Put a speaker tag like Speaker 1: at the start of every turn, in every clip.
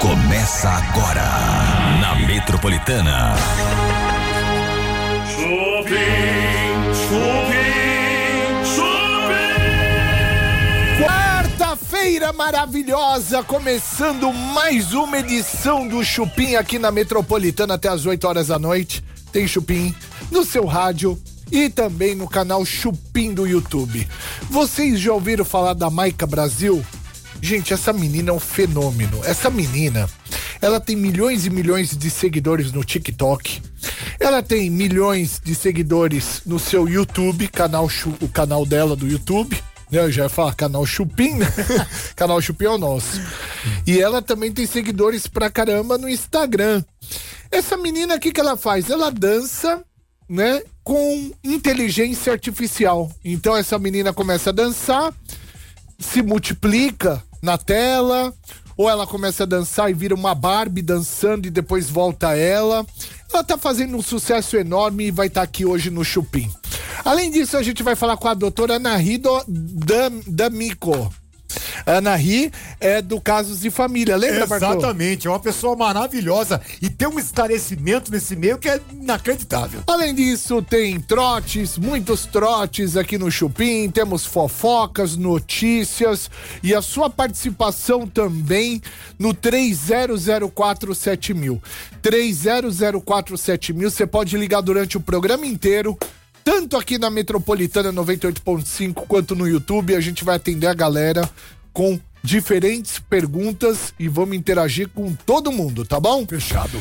Speaker 1: Começa agora na Metropolitana.
Speaker 2: Chupim, chupim, chupim.
Speaker 3: Quarta-feira maravilhosa, começando mais uma edição do Chupim aqui na Metropolitana até as 8 horas da noite. Tem Chupim no seu rádio e também no canal Chupim do YouTube. Vocês já ouviram falar da Maica Brasil? Gente, essa menina é um fenômeno. Essa menina, ela tem milhões e milhões de seguidores no TikTok. Ela tem milhões de seguidores no seu YouTube, canal Chu- o canal dela do YouTube. né? Eu já ia falar canal Chupim, né? canal Chupim é o nosso. E ela também tem seguidores pra caramba no Instagram. Essa menina, o que, que ela faz? Ela dança né, com inteligência artificial. Então essa menina começa a dançar, se multiplica na tela, ou ela começa a dançar e vira uma Barbie dançando e depois volta ela. Ela tá fazendo um sucesso enorme e vai estar aqui hoje no Chupim. Além disso, a gente vai falar com a doutora Ana Rido Dam- D'Amico. Ana Ri é do Casos de Família, lembra, Marcão?
Speaker 4: Exatamente, é uma pessoa maravilhosa e tem um esclarecimento nesse meio que é inacreditável.
Speaker 3: Além disso, tem trotes, muitos trotes aqui no Chupim, temos fofocas, notícias e a sua participação também no 30047000. 30047000, você pode ligar durante o programa inteiro, tanto aqui na Metropolitana 98.5 quanto no YouTube, a gente vai atender a galera com diferentes perguntas e vamos interagir com todo mundo, tá bom? Fechado.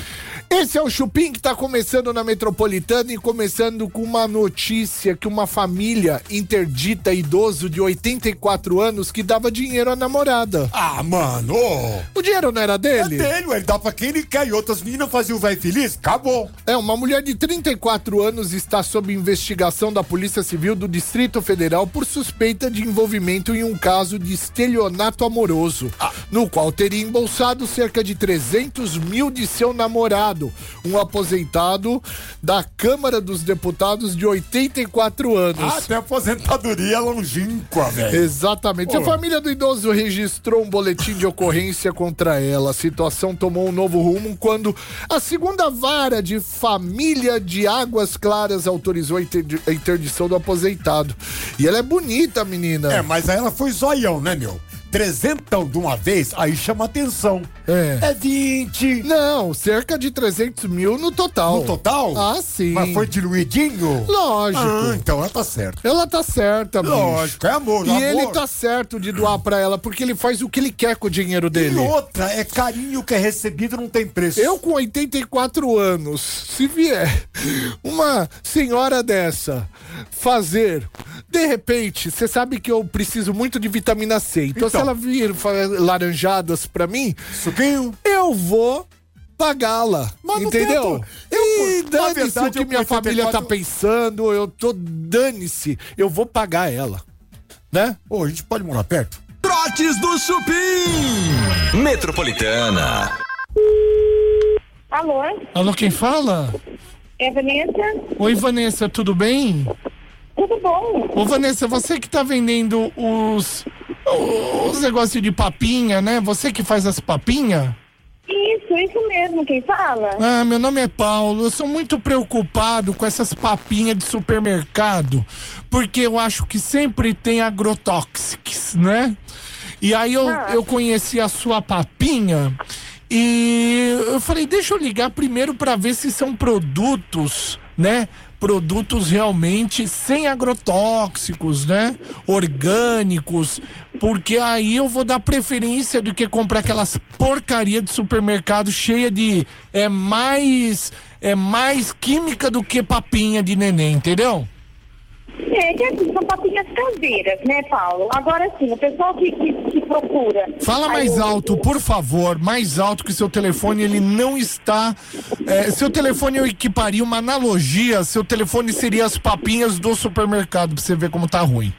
Speaker 3: Esse é o Chupim que tá começando na Metropolitana e começando com uma notícia que uma família interdita idoso de 84 anos que dava dinheiro à namorada.
Speaker 4: Ah, mano!
Speaker 3: O dinheiro não era
Speaker 4: É
Speaker 3: dele?
Speaker 4: dele, ué, ele dá pra quem ele quer e outras meninas faziam o velho feliz? Acabou.
Speaker 3: É, uma mulher de 34 anos está sob investigação da Polícia Civil do Distrito Federal por suspeita de envolvimento em um caso de estelionato amoroso, no qual teria embolsado cerca de 300 mil de seu namorado, um aposentado da Câmara dos Deputados de 84
Speaker 5: Ah,
Speaker 3: anos.
Speaker 4: Até aposentadoria longínqua, velho.
Speaker 3: Exatamente. A família do idoso registrou um boletim de ocorrência contra ela. A situação tomou um novo rumo quando a segunda vara de família de Águas Claras autorizou a interdi- a interdição do aposentado. E ela é bonita, a menina.
Speaker 4: É, mas aí ela foi zoião, né, meu? Trezentão de uma vez, aí chama atenção.
Speaker 3: É.
Speaker 4: É 20.
Speaker 3: Não, cerca de 300 mil no total.
Speaker 4: No total?
Speaker 3: Ah, sim.
Speaker 4: Mas foi diluidinho?
Speaker 3: Lógico.
Speaker 4: Ah, então ela tá certa.
Speaker 3: Ela tá certa, bicho.
Speaker 4: Lógico, é amor,
Speaker 3: E
Speaker 4: amor.
Speaker 3: ele tá certo de doar pra ela, porque ele faz o que ele quer com o dinheiro dele.
Speaker 4: E outra, é carinho que é recebido não tem preço.
Speaker 3: Eu com 84 anos, se vier uma senhora dessa fazer, de repente, você sabe que eu preciso muito de vitamina C. Então,
Speaker 4: Então.
Speaker 3: se ela vir fa- laranjadas pra mim,
Speaker 4: Suquinho?
Speaker 3: eu vou pagá-la.
Speaker 4: Mas não
Speaker 3: Entendeu?
Speaker 4: tento. Eu,
Speaker 3: e
Speaker 4: na
Speaker 3: dane-se o
Speaker 4: verdade,
Speaker 3: que
Speaker 4: eu
Speaker 3: minha
Speaker 4: com 84
Speaker 3: família tá pensando, eu tô dane-se, eu vou pagar ela. Né?
Speaker 4: Ô, a gente pode morar perto?
Speaker 1: Trotes do Chupim. Metropolitana.
Speaker 6: Alô,
Speaker 3: Alô, quem fala?
Speaker 6: é Vanessa?
Speaker 3: Oi, Vanessa, tudo bem?
Speaker 6: Tudo bom?
Speaker 3: Ô Vanessa, você que tá vendendo os os negócios de papinha, né? Você que faz as papinha?
Speaker 6: Isso, isso mesmo, quem fala?
Speaker 3: Ah, meu nome é Paulo. Eu sou muito preocupado com essas papinhas de supermercado, porque eu acho que sempre tem agrotóxicos, né? E aí eu,
Speaker 6: Ah.
Speaker 3: eu conheci a sua papinha e eu falei, deixa eu ligar primeiro pra ver se são produtos, né? Produtos realmente sem agrotóxicos, né? Orgânicos, porque aí eu vou dar preferência do que comprar aquelas porcaria de supermercado cheia de é mais é mais química do que papinha de neném, entendeu?
Speaker 6: É que assim, são papinhas caseiras, né, Paulo? Agora sim, o pessoal que, que, que procura.
Speaker 3: Fala mais
Speaker 6: Aí,
Speaker 3: alto, por favor, mais alto que seu telefone, ele não está. é, seu telefone eu equiparia uma analogia, seu telefone seria as papinhas do supermercado, pra você ver como tá ruim.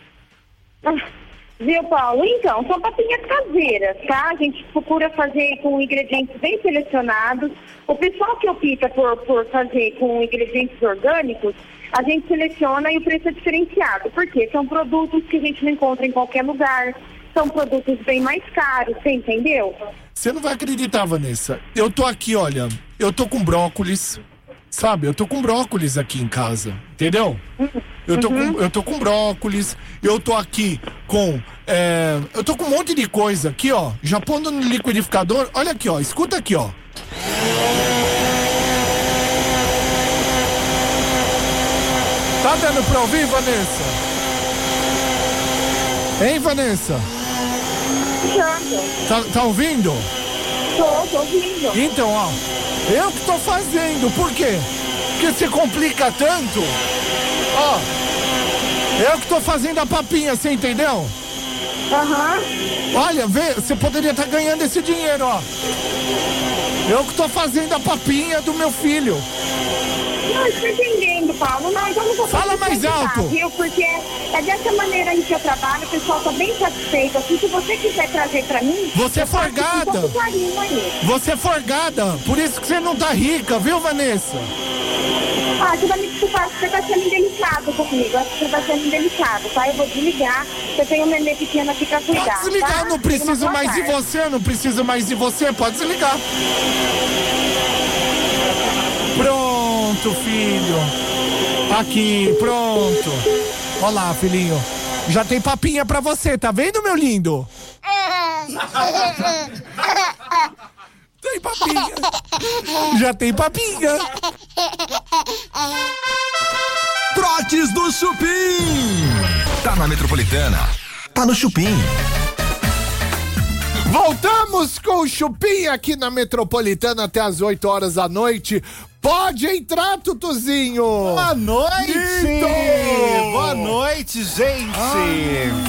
Speaker 6: Ah, Viu, Paulo? Então, são papinhas caseiras, tá? A gente procura fazer com ingredientes bem selecionados. O pessoal que opta por, por fazer com ingredientes orgânicos, a gente seleciona e o preço é diferenciado. Por quê? São produtos que a gente não encontra em qualquer lugar. são produtos bem mais caros, você entendeu?
Speaker 3: Você não vai acreditar, Vanessa. Eu tô aqui, olha, eu tô com brócolis. Sabe, eu tô com brócolis aqui em casa, entendeu? Eu tô, com, eu tô com brócolis, eu tô aqui com. é, eu tô com um monte de coisa aqui, ó. Já pondo no liquidificador, olha aqui, ó. Escuta aqui, ó. Tá dando pra ouvir, Vanessa? Hein, Vanessa?
Speaker 6: Jando,
Speaker 3: Tá, tá ouvindo?
Speaker 6: tô, tô ouvindo.
Speaker 3: Então, ó, eu que tô fazendo, por quê? Porque se complica tanto. Ó, eu que tô fazendo a papinha, você entendeu?
Speaker 6: Aham.
Speaker 3: Olha, vê, você poderia estar ganhando esse dinheiro, ó. Eu que tô fazendo a papinha do meu filho.
Speaker 6: Não, estou entendendo, Paulo. Não, então não vou
Speaker 3: Fala
Speaker 6: fazer
Speaker 3: mais
Speaker 6: isso,
Speaker 3: alto.
Speaker 6: Viu? Porque é dessa maneira aí que eu trabalho, o pessoal tá bem satisfeito. Assim, se você quiser trazer pra mim...
Speaker 3: Você é
Speaker 6: eu faço
Speaker 3: forgada.
Speaker 6: Com todo carinho aí.
Speaker 3: Você é forgada, por isso que você não tá rica, viu, Vanessa?
Speaker 6: Ah, você vai me desculpar, você tá sendo indelicado comigo. Acho que você tá sendo indelicado, tá? Eu vou desligar. Eu tenho um nenê pequeno aqui pra cuidar,
Speaker 3: Pode desligar,
Speaker 6: tá?
Speaker 3: eu não preciso
Speaker 6: Tenha uma boa
Speaker 3: mais de
Speaker 6: tarde.
Speaker 3: você, não preciso mais de você, pode desligar. Pronto, filho. Aqui, pronto. Olha lá, filhinho. Já tem papinha pra você, tá vendo, meu lindo? Tem papinha. Já tem papinha.
Speaker 1: Trotes do Chupim. Tá na Metropolitana. Tá no Chupim.
Speaker 3: Voltamos com o Chupim aqui na Metropolitana até as 8 horas da noite. Pode entrar, Tutuzinho!
Speaker 4: Boa noite!
Speaker 3: Nito!
Speaker 4: Boa noite, gente!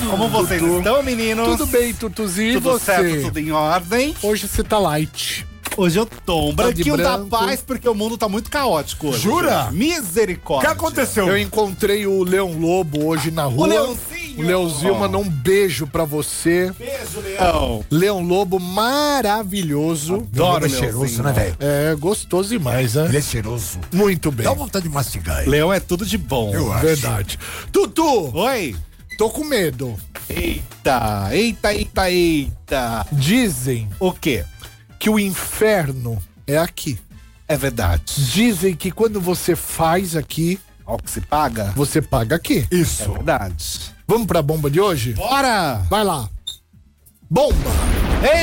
Speaker 4: Como vocês estão, meninos?
Speaker 3: Tudo bem, Tutuzinho? e
Speaker 4: Tudo
Speaker 3: você?
Speaker 4: certo, tudo em ordem?
Speaker 3: Hoje você tá light.
Speaker 4: Hoje eu tô um
Speaker 3: de
Speaker 4: branquinho da
Speaker 3: branco.
Speaker 4: paz, porque o mundo tá muito caótico hoje.
Speaker 3: Jura?
Speaker 4: Misericórdia. O que aconteceu?
Speaker 3: Eu encontrei o Leão Lobo hoje na rua.
Speaker 4: Leãozinho! Oh.
Speaker 3: O Leãozinho mandou um beijo pra você.
Speaker 4: Beijo, Leão.
Speaker 3: Leão Lobo maravilhoso.
Speaker 4: Adoro
Speaker 5: Adoro
Speaker 4: Leãozinho,
Speaker 5: cheiroso, né, velho?
Speaker 3: É, gostoso demais, né?
Speaker 5: Ele é cheiroso.
Speaker 3: Muito bem.
Speaker 5: Dá vontade de mastigar ele.
Speaker 4: Leão é tudo de bom.
Speaker 5: Eu acho.
Speaker 3: Verdade. Tutu,
Speaker 4: Oi?
Speaker 3: tô com medo.
Speaker 4: Eita, eita, eita, eita.
Speaker 3: Dizem
Speaker 4: O quê?
Speaker 3: que o inferno é aqui.
Speaker 4: É verdade.
Speaker 3: Dizem que quando você faz aqui,
Speaker 4: Ó, que se paga.
Speaker 3: você paga aqui.
Speaker 4: É verdade.
Speaker 3: Vamos pra bomba de hoje?
Speaker 4: Bora!
Speaker 3: Vai lá. Bomba!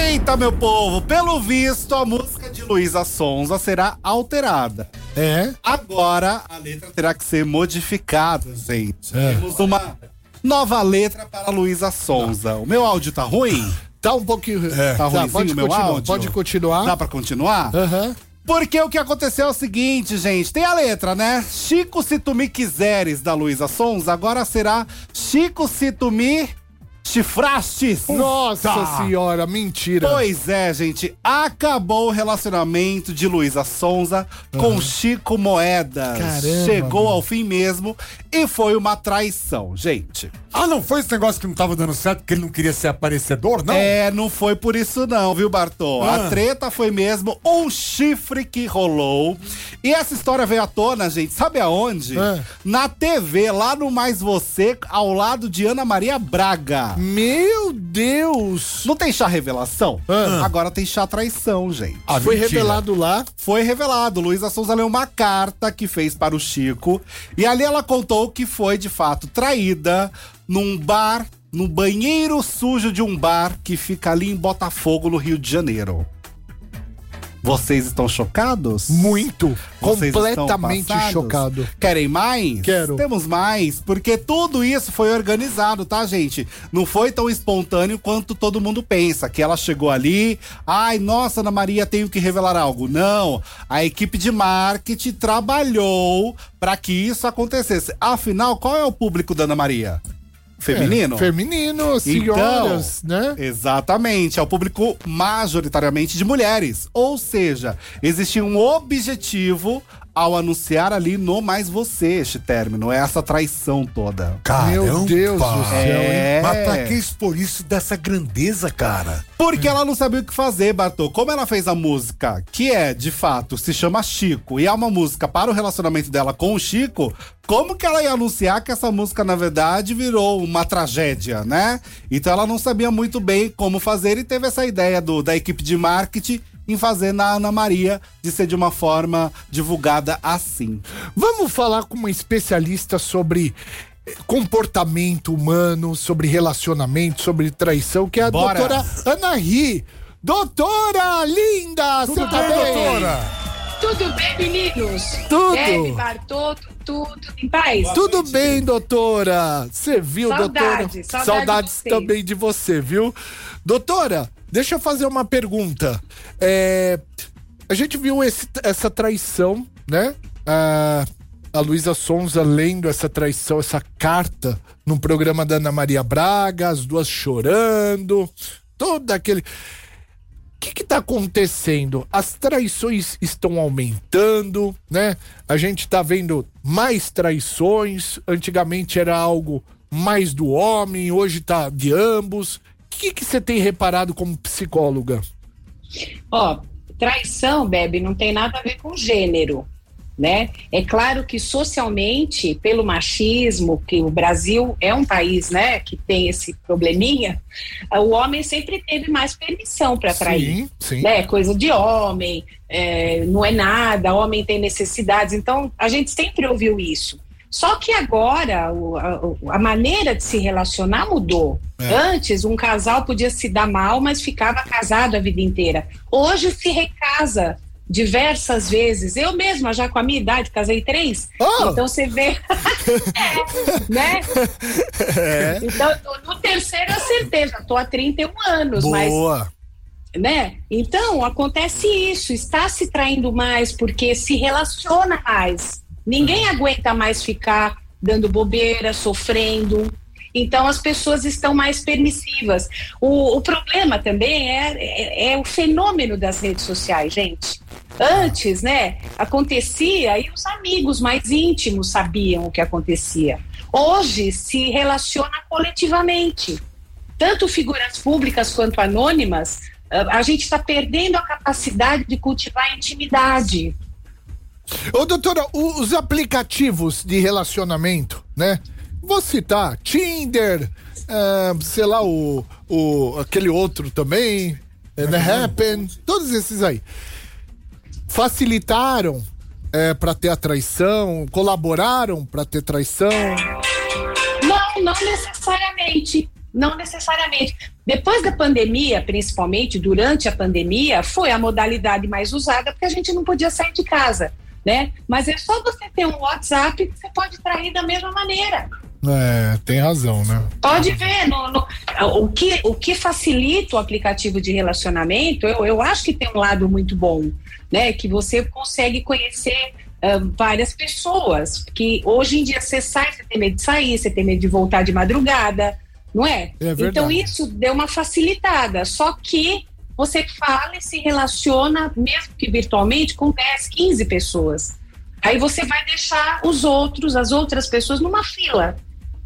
Speaker 4: Eita, meu povo, pelo visto, a música de Luísa Sonza será alterada.
Speaker 3: É?
Speaker 4: Agora, a letra terá que ser modificada, gente.
Speaker 3: É.
Speaker 4: Temos uma nova letra para Luísa Sonza. O meu áudio tá ruim?
Speaker 3: Tá um pouquinho.
Speaker 5: É.
Speaker 4: Tá ruimzinho
Speaker 3: pode
Speaker 4: o meu
Speaker 3: continuar,
Speaker 4: áudio? Tá
Speaker 3: Pode continuar.
Speaker 4: Dá pra continuar?
Speaker 3: Aham.
Speaker 4: Porque o que aconteceu é o seguinte, gente. Tem a letra, né? Chico Se Tu Me Quiseres, da Luísa Sonza. Agora será Chico Se Tu Me Chifrastes.
Speaker 3: Nossa
Speaker 4: Tá.
Speaker 3: senhora, mentira.
Speaker 4: Pois é, gente. Acabou o relacionamento de Luísa Sonza com Chico Moedas.
Speaker 3: Caramba,
Speaker 4: Chegou
Speaker 3: mano.
Speaker 4: ao fim mesmo e foi uma traição, gente.
Speaker 5: Ah, não foi esse negócio que não tava dando certo, porque ele não queria ser aparecedor, não?
Speaker 4: É, não foi por isso não, viu, Bartô?
Speaker 5: Ah.
Speaker 4: A treta foi mesmo um chifre que rolou. E essa história veio à tona, gente, sabe aonde?
Speaker 3: Ah.
Speaker 4: Na TV, lá no Mais Você, ao lado de Ana Maria Braga.
Speaker 3: Meu Deus!
Speaker 4: Não tem chá revelação?
Speaker 3: Ah.
Speaker 4: Agora tem chá traição, gente.
Speaker 5: Ah,
Speaker 3: Foi
Speaker 5: mentira.
Speaker 3: revelado lá.
Speaker 4: Foi revelado. Luísa Souza leu uma carta que fez para o Chico. E ali ela contou que foi, de fato, traída num bar, num banheiro sujo de um bar que fica ali em Botafogo, no Rio de Janeiro. Vocês estão chocados?
Speaker 3: Muito.
Speaker 4: Vocês estão
Speaker 3: completamente
Speaker 4: passados?
Speaker 3: chocado.
Speaker 4: Querem mais?
Speaker 3: Quero.
Speaker 4: Temos mais, porque tudo isso foi organizado, tá, gente? Não foi tão espontâneo quanto todo mundo pensa, que ela chegou ali, ai, nossa, Ana Maria, tenho que revelar algo. Não, a equipe de marketing trabalhou pra que isso acontecesse. Afinal, qual é o público da Ana Maria? Feminino? Então.
Speaker 3: É, feminino, senhoras, né?
Speaker 4: Exatamente, é o público majoritariamente de mulheres. Ou seja, existia um objetivo ao anunciar ali no Mais Você este término, É essa traição toda.
Speaker 3: Meu Deus do céu,
Speaker 4: hein?
Speaker 5: Mas pra que expor isso dessa grandeza, cara?
Speaker 4: Porque ela não sabia o que fazer, Bartô. Como ela fez a música, que é, de fato, se chama Chico, e é uma música para o relacionamento dela com o Chico, como que ela ia anunciar que essa música, na verdade, virou uma tragédia, né? Então ela não sabia muito bem como fazer e teve essa ideia do, da equipe de marketing em fazer na Ana Maria, de ser de uma forma divulgada assim.
Speaker 3: Vamos falar com uma especialista sobre eh, comportamento humano, sobre relacionamento, sobre traição, que é a
Speaker 4: Bora.
Speaker 3: doutora Ana Ri. Doutora linda, você tá bem?
Speaker 7: Tudo bem, meninos?
Speaker 3: Tudo.
Speaker 7: Bebe, Bartô, tudo em paz?
Speaker 3: Tudo bem, doutora? Você viu,
Speaker 7: Saudade,
Speaker 3: doutora?
Speaker 7: saudade de
Speaker 3: Saudades
Speaker 7: você.
Speaker 3: também de você, viu? Doutora, deixa eu fazer uma pergunta. É, a gente viu esse- essa traição, né? Ah, a Luísa Sonza lendo essa traição, essa carta, no programa da Ana Maria Braga, as duas chorando, todo aquele. O que está acontecendo? As traições estão aumentando, né? A gente tá vendo mais traições. Antigamente era algo mais do homem, hoje tá de ambos. O que que você tem reparado como psicóloga?
Speaker 7: Ó, traição, Bebe, não tem nada a ver com gênero, né? É claro que socialmente, pelo machismo, que o Brasil é um país, né, que tem esse probleminha, o homem sempre teve mais permissão para trair.
Speaker 3: Sim, sim.
Speaker 7: né? Coisa de homem, é, não é nada, homem tem necessidades. Então, a gente sempre ouviu isso. Só que agora o- a, o- a maneira de se relacionar mudou.
Speaker 3: É.
Speaker 7: Antes, um casal podia se dar mal, mas ficava casado a vida inteira. Hoje se recasa diversas vezes. Eu mesma, já com a minha idade, casei três.
Speaker 3: Ah!
Speaker 7: Então você vê. É, né?
Speaker 3: É.
Speaker 7: Então, no terceiro eu acertei, já tô há 31 anos, mas
Speaker 3: Boa.
Speaker 7: né? Então, acontece isso, está se traindo mais porque se relaciona mais. Ninguém aguenta mais ficar dando bobeira, sofrendo. Então, as pessoas estão mais permissivas. O, o problema também é, é, é o fenômeno das redes sociais, gente. Antes, né, acontecia e os amigos mais íntimos sabiam o que acontecia. Hoje se relaciona coletivamente tanto figuras públicas quanto anônimas, ah, a gente está perdendo a capacidade de cultivar a intimidade.
Speaker 3: Ô, doutora, o- os aplicativos de relacionamento, né? Vou citar Tinder, ah, sei lá, o, o aquele outro também, eh, The Happen, todos esses aí. Facilitaram é, para ter a traição, colaboraram para ter traição.
Speaker 7: Não, não necessariamente. Não necessariamente. Depois da pandemia, principalmente durante a pandemia, foi a modalidade mais usada porque a gente não podia sair de casa, né? Mas é só você ter um WhatsApp que você pode trair da mesma maneira.
Speaker 3: É, tem razão, né?
Speaker 7: Pode ver. no- no- o, que, o que facilita o aplicativo de relacionamento, eu, eu acho que tem um lado muito bom, né? Que você consegue conhecer ah, várias pessoas. Que hoje em dia você sai, você tem medo de sair, você tem medo de voltar de madrugada, não é?
Speaker 3: É verdade.
Speaker 7: então isso deu uma facilitada. Só que você fala e se relaciona, mesmo que virtualmente, com 10, 15 pessoas. Aí você vai deixar os outros, as outras pessoas, numa fila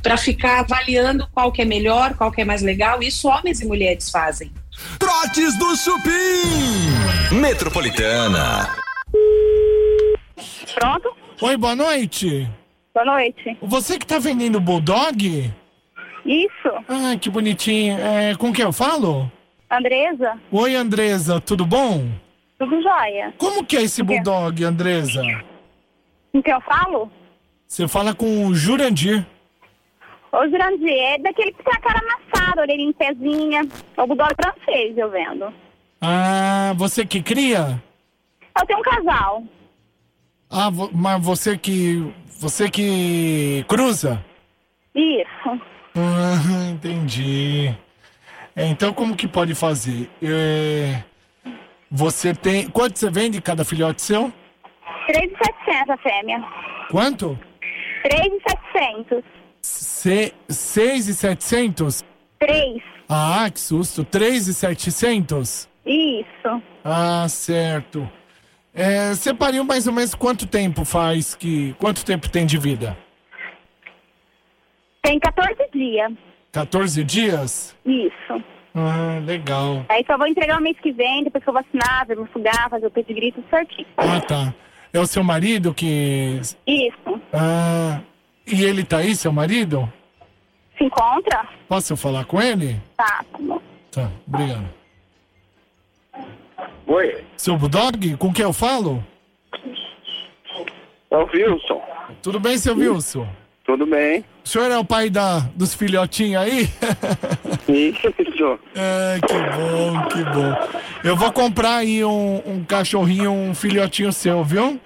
Speaker 7: para ficar avaliando qual que é melhor, qual que é mais legal. Isso homens e mulheres fazem.
Speaker 1: Trotes do Chupim. Metropolitana.
Speaker 6: Pronto?
Speaker 3: Oi, boa noite.
Speaker 6: Boa noite.
Speaker 3: Você que tá vendendo Bulldog?
Speaker 6: Isso,
Speaker 3: Ah, que bonitinho. É, com quem eu falo?
Speaker 6: Andresa,
Speaker 3: Oi, Andresa, tudo bom?
Speaker 6: tudo jóia.
Speaker 3: Como que é esse bulldog, Andresa?
Speaker 6: Com quem eu falo?
Speaker 3: Você fala com o Jurandir.
Speaker 6: Ô, Jurandir, é daquele que tem a cara amassada, orelhinha em pezinha. Algodão francês, eu vendo.
Speaker 3: Ah, você que cria?
Speaker 6: Eu tenho um casal.
Speaker 3: Ah, vo- mas você que. Você que cruza?
Speaker 6: Isso.
Speaker 3: Ah, entendi. É, Então como que pode fazer? É, você tem. Quanto você vende cada filhote seu?
Speaker 6: 3,700 a fêmea.
Speaker 3: Quanto?
Speaker 6: 3,700.
Speaker 3: Se... 6,700?
Speaker 6: 3.
Speaker 3: Ah, que susto! 3,700?
Speaker 6: Isso.
Speaker 3: Ah, certo.
Speaker 8: É, você pariu mais ou menos quanto tempo faz que. Quanto tempo tem de vida?
Speaker 6: Tem 14 dias.
Speaker 8: 14 dias?
Speaker 6: Isso.
Speaker 8: Ah, legal.
Speaker 6: Aí só vou entregar o mês que vem, depois que eu vacinar, ver me fugar, fazer o pedigree, tudo certinho.
Speaker 8: Ah, tá. É o seu marido que.
Speaker 6: Isso.
Speaker 8: Ah, e ele tá aí, seu marido?
Speaker 6: Se encontra?
Speaker 8: Posso falar com ele?
Speaker 6: Tá, tá bom.
Speaker 8: Tá, obrigado.
Speaker 9: Oi,
Speaker 8: Seu Budog, com quem eu falo?
Speaker 9: é o Wilson.
Speaker 8: Tudo bem, seu Wilson?
Speaker 9: Tudo bem?
Speaker 8: O senhor é o pai da, dos filhotinhos aí?
Speaker 9: Isso,
Speaker 8: Ai, que bom, que bom. Eu vou comprar aí um, um cachorrinho, um filhotinho seu, viu?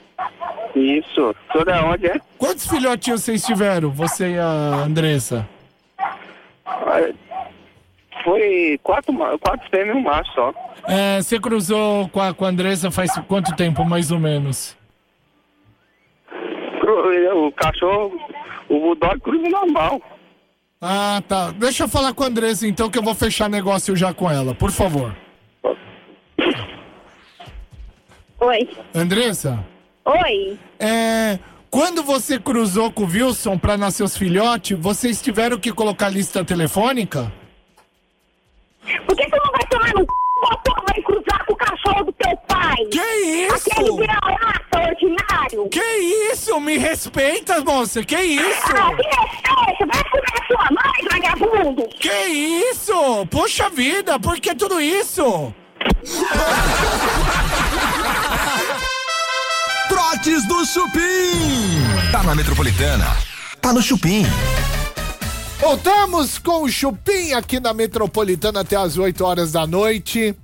Speaker 9: isso. Sou da onde, é?
Speaker 8: Quantos filhotinhos vocês tiveram, você e a Andressa?
Speaker 9: Ah, Foi quatro, ma- quatro fêmeas e um macho só.
Speaker 8: É, você cruzou com a, com a Andressa faz quanto tempo, mais ou menos?
Speaker 9: Cru- O cachorro, o bulldog cruza normal.
Speaker 8: Ah, tá. Deixa eu falar com a Andressa então, que eu vou fechar negócio já com ela, por favor.
Speaker 6: Oi.
Speaker 8: Andressa,
Speaker 6: Oi.
Speaker 8: é, quando você cruzou com o Wilson pra nascer os filhotes, vocês tiveram que colocar lista telefônica?
Speaker 6: Por que você não vai tomar no c... motor, vai cruzar com o cachorro do teu pai?
Speaker 8: Que
Speaker 6: Aquele
Speaker 8: isso?
Speaker 6: vira-lata ordinário.
Speaker 8: Que isso? Me respeita, moça. Que isso?
Speaker 6: Ah, que respeito, vai comer sua mãe, vagabundo.
Speaker 8: Que isso? Puxa vida, por que tudo isso?
Speaker 1: Trotes do Chupim. Tá na Metropolitana. Tá no Chupim.
Speaker 3: Voltamos com o Chupim aqui na Metropolitana até às 8 horas da noite.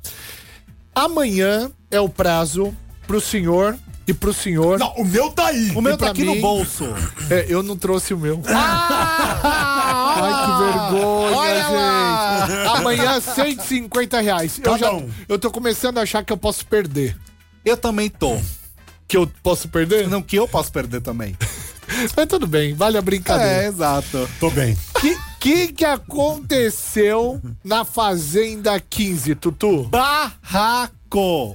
Speaker 3: Amanhã é o prazo pro senhor e pro senhor.
Speaker 5: Não, o meu tá aí.
Speaker 3: O
Speaker 4: meu tá aqui no bolso.
Speaker 3: É, eu não trouxe o meu. Ai, que vergonha, gente. Amanhã, 150 reais. Eu,
Speaker 5: Cada
Speaker 3: já,
Speaker 5: um.
Speaker 3: eu tô começando a achar que eu posso perder.
Speaker 4: Eu também tô.
Speaker 3: Que eu posso perder?
Speaker 4: Não, que eu posso perder também.
Speaker 3: Mas tudo bem, vale a brincadeira.
Speaker 4: É, exato.
Speaker 5: Tô bem.
Speaker 3: O que, que que aconteceu na Fazenda 15, Tutu?
Speaker 4: Barraco.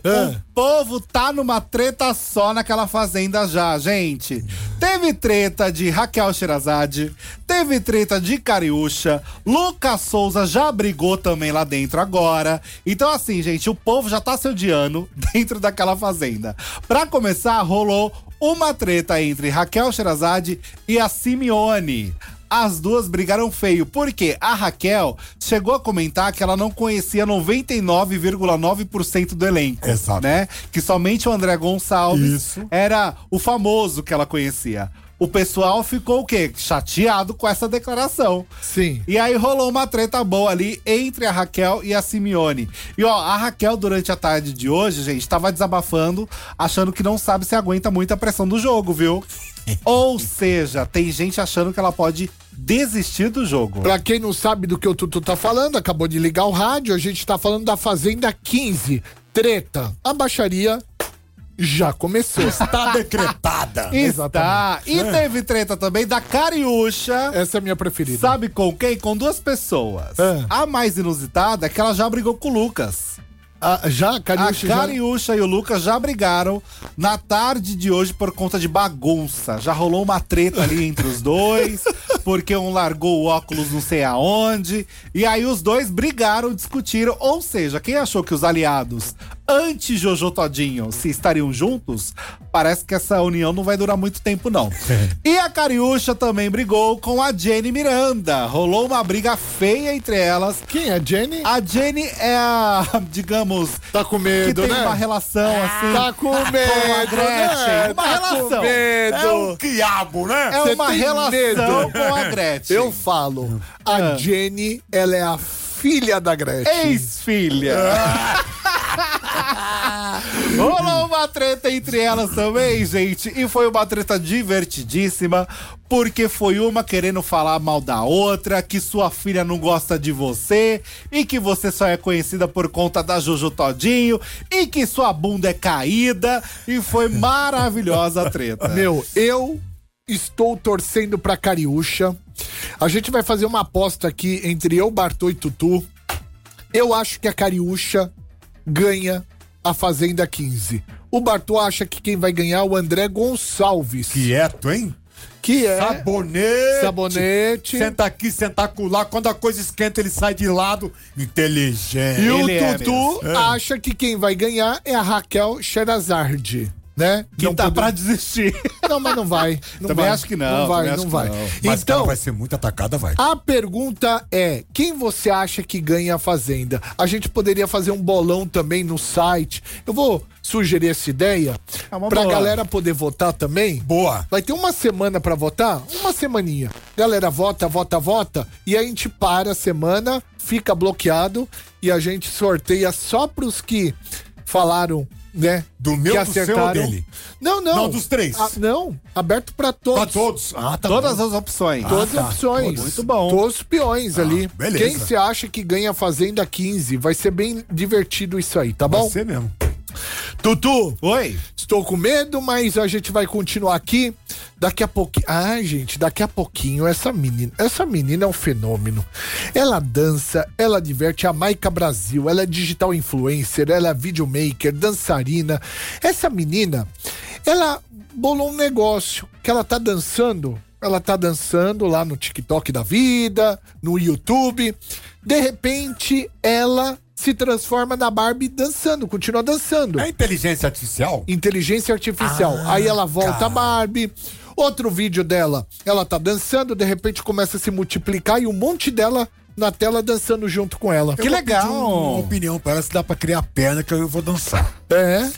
Speaker 3: Ah.
Speaker 4: O povo tá numa treta só naquela fazenda já, gente. Teve treta de Raquel Sherazade, teve treta de Cariúcha, Lucas Souza já brigou também lá dentro agora. Então assim, gente, o povo já tá se odiando dentro daquela fazenda. Pra começar, rolou uma treta entre Raquel Sherazade e a Simeone as duas brigaram feio, porque a Raquel chegou a comentar que ela não conhecia 99,9% do elenco,
Speaker 5: Exato.
Speaker 4: né? Que somente o André Gonçalves
Speaker 5: Isso.
Speaker 4: era o famoso que ela conhecia. O pessoal ficou o quê? Chateado com essa declaração.
Speaker 3: Sim.
Speaker 4: E aí rolou uma treta boa ali entre a Raquel e a Simeone. E ó, a Raquel, durante a tarde de hoje, gente, tava desabafando, achando que não sabe se aguenta muito a pressão do jogo, viu? Ou seja, tem gente achando que ela pode desistir do jogo.
Speaker 3: Pra quem não sabe do que o Tutu tá falando, acabou de ligar o rádio, a gente tá falando da Fazenda 15. Treta. A baixaria já começou.
Speaker 5: Tá decretada.
Speaker 4: Está. E teve treta também da Cariúcha.
Speaker 3: Essa é a minha preferida.
Speaker 4: Sabe com quem? Com duas pessoas.
Speaker 3: É.
Speaker 4: A mais inusitada é que ela já brigou com o Lucas.
Speaker 3: Ah, já,
Speaker 4: A
Speaker 3: Cariúcha? já-
Speaker 4: Cariúcha e o Lucas já brigaram na tarde de hoje por conta de bagunça. Já rolou uma treta ali entre os dois, porque um largou o óculos não sei aonde. E aí os dois brigaram, discutiram. Ou seja, quem achou que os aliados anti-Jojo Todinho se estariam juntos, parece que essa união não vai durar muito tempo, não. E a Cariúcha também brigou com a Jenny Miranda. Rolou uma briga feia entre elas.
Speaker 3: Quem é Jenny?
Speaker 4: A Jenny é a, digamos,
Speaker 3: Tá com
Speaker 4: que
Speaker 3: medo,
Speaker 4: tem
Speaker 3: né?
Speaker 4: uma relação assim.
Speaker 3: Tá com medo,
Speaker 4: Gretchen,
Speaker 3: né?
Speaker 4: uma
Speaker 3: tá
Speaker 4: relação.
Speaker 3: Com medo.
Speaker 5: É um quiabo, né?
Speaker 4: É
Speaker 3: Você
Speaker 4: uma
Speaker 3: tem
Speaker 4: relação
Speaker 3: medo.
Speaker 4: com a Gretchen.
Speaker 3: Eu falo,
Speaker 5: Ah.
Speaker 3: a Jenny, ela é a filha da Gretchen.
Speaker 4: Ex-filha. Rolou uma treta entre elas também, gente. E foi uma treta divertidíssima, porque foi uma querendo falar mal da outra, que sua filha não gosta de você, e que você só é conhecida por conta da Jojo Todinho, e que sua bunda é caída. E foi maravilhosa a treta.
Speaker 3: Meu, eu estou torcendo pra Cariúcha. A gente vai fazer uma aposta aqui entre eu, Bartô e Tutu. Eu acho que a Cariúcha ganha a Fazenda 15. O Bartô acha que quem vai ganhar é o André Gonçalves, que,
Speaker 5: Quieto, hein?
Speaker 3: é
Speaker 5: Sabonete.
Speaker 3: sabonete.
Speaker 5: Senta aqui, senta acolá. Quando a coisa esquenta, ele sai de lado. Inteligente.
Speaker 3: E o
Speaker 4: Ele é
Speaker 3: Dudu
Speaker 5: mesmo. É.
Speaker 3: acha que quem vai ganhar é a Raquel Sherazade, né?
Speaker 4: Que tá
Speaker 3: poder-
Speaker 4: pra desistir.
Speaker 3: Não, mas não vai. Não
Speaker 4: Também
Speaker 3: vai.
Speaker 4: acho que não,
Speaker 3: Não vai,
Speaker 4: também
Speaker 3: não
Speaker 4: acho
Speaker 3: vai.
Speaker 4: que não.
Speaker 5: Mas então,
Speaker 3: Então,
Speaker 5: vai ser muito atacada, vai.
Speaker 3: a pergunta é: quem você acha que ganha a Fazenda? A gente poderia fazer um bolão também no site. Eu vou sugerir essa ideia
Speaker 4: É uma
Speaker 3: pra
Speaker 4: boa.
Speaker 3: galera poder votar também.
Speaker 5: Boa.
Speaker 3: Vai ter uma semana pra votar? Uma semaninha. Galera, vota, vota, vota. E a gente para a semana, fica bloqueado e a gente sorteia só pros que falaram, né?
Speaker 5: Do meu,
Speaker 3: que
Speaker 5: do seu ou dele?
Speaker 3: Não, não.
Speaker 5: Não, dos três.
Speaker 3: Ah, não, aberto pra todos.
Speaker 5: Pra todos. Ah, tá
Speaker 4: Todas
Speaker 5: bom.
Speaker 4: as opções.
Speaker 3: Todas
Speaker 5: Ah,
Speaker 3: as
Speaker 5: tá. Ah,
Speaker 3: opções.
Speaker 4: Todos. Muito bom.
Speaker 3: Todos os peões ali.
Speaker 5: beleza.
Speaker 3: Quem você acha que ganha a Fazenda 15? Vai ser bem divertido isso aí, tá bom?
Speaker 5: Você mesmo.
Speaker 3: Tutu,
Speaker 4: Oi?
Speaker 3: Estou com medo, mas a gente vai continuar aqui. Daqui a pouquinho. Ah, gente, daqui a pouquinho essa menina. Essa menina é um fenômeno. Ela dança, ela diverte é a Maica Brasil, ela é digital influencer, ela é videomaker, dançarina. Essa menina, ela bolou um negócio que ela tá dançando. Ela tá dançando lá no TikTok da vida, no YouTube. De repente, ela se transforma na Barbie dançando, continua dançando
Speaker 5: É inteligência artificial?
Speaker 3: inteligência artificial.
Speaker 5: Ah,
Speaker 3: Aí ela volta a Barbie. Outro vídeo dela, ela tá dançando, de repente começa a se multiplicar e um monte dela na tela dançando junto com ela.
Speaker 5: Eu vou
Speaker 4: legal.
Speaker 5: pedir um- Uma opinião para ela se dá pra criar perna que eu vou dançar.
Speaker 3: É.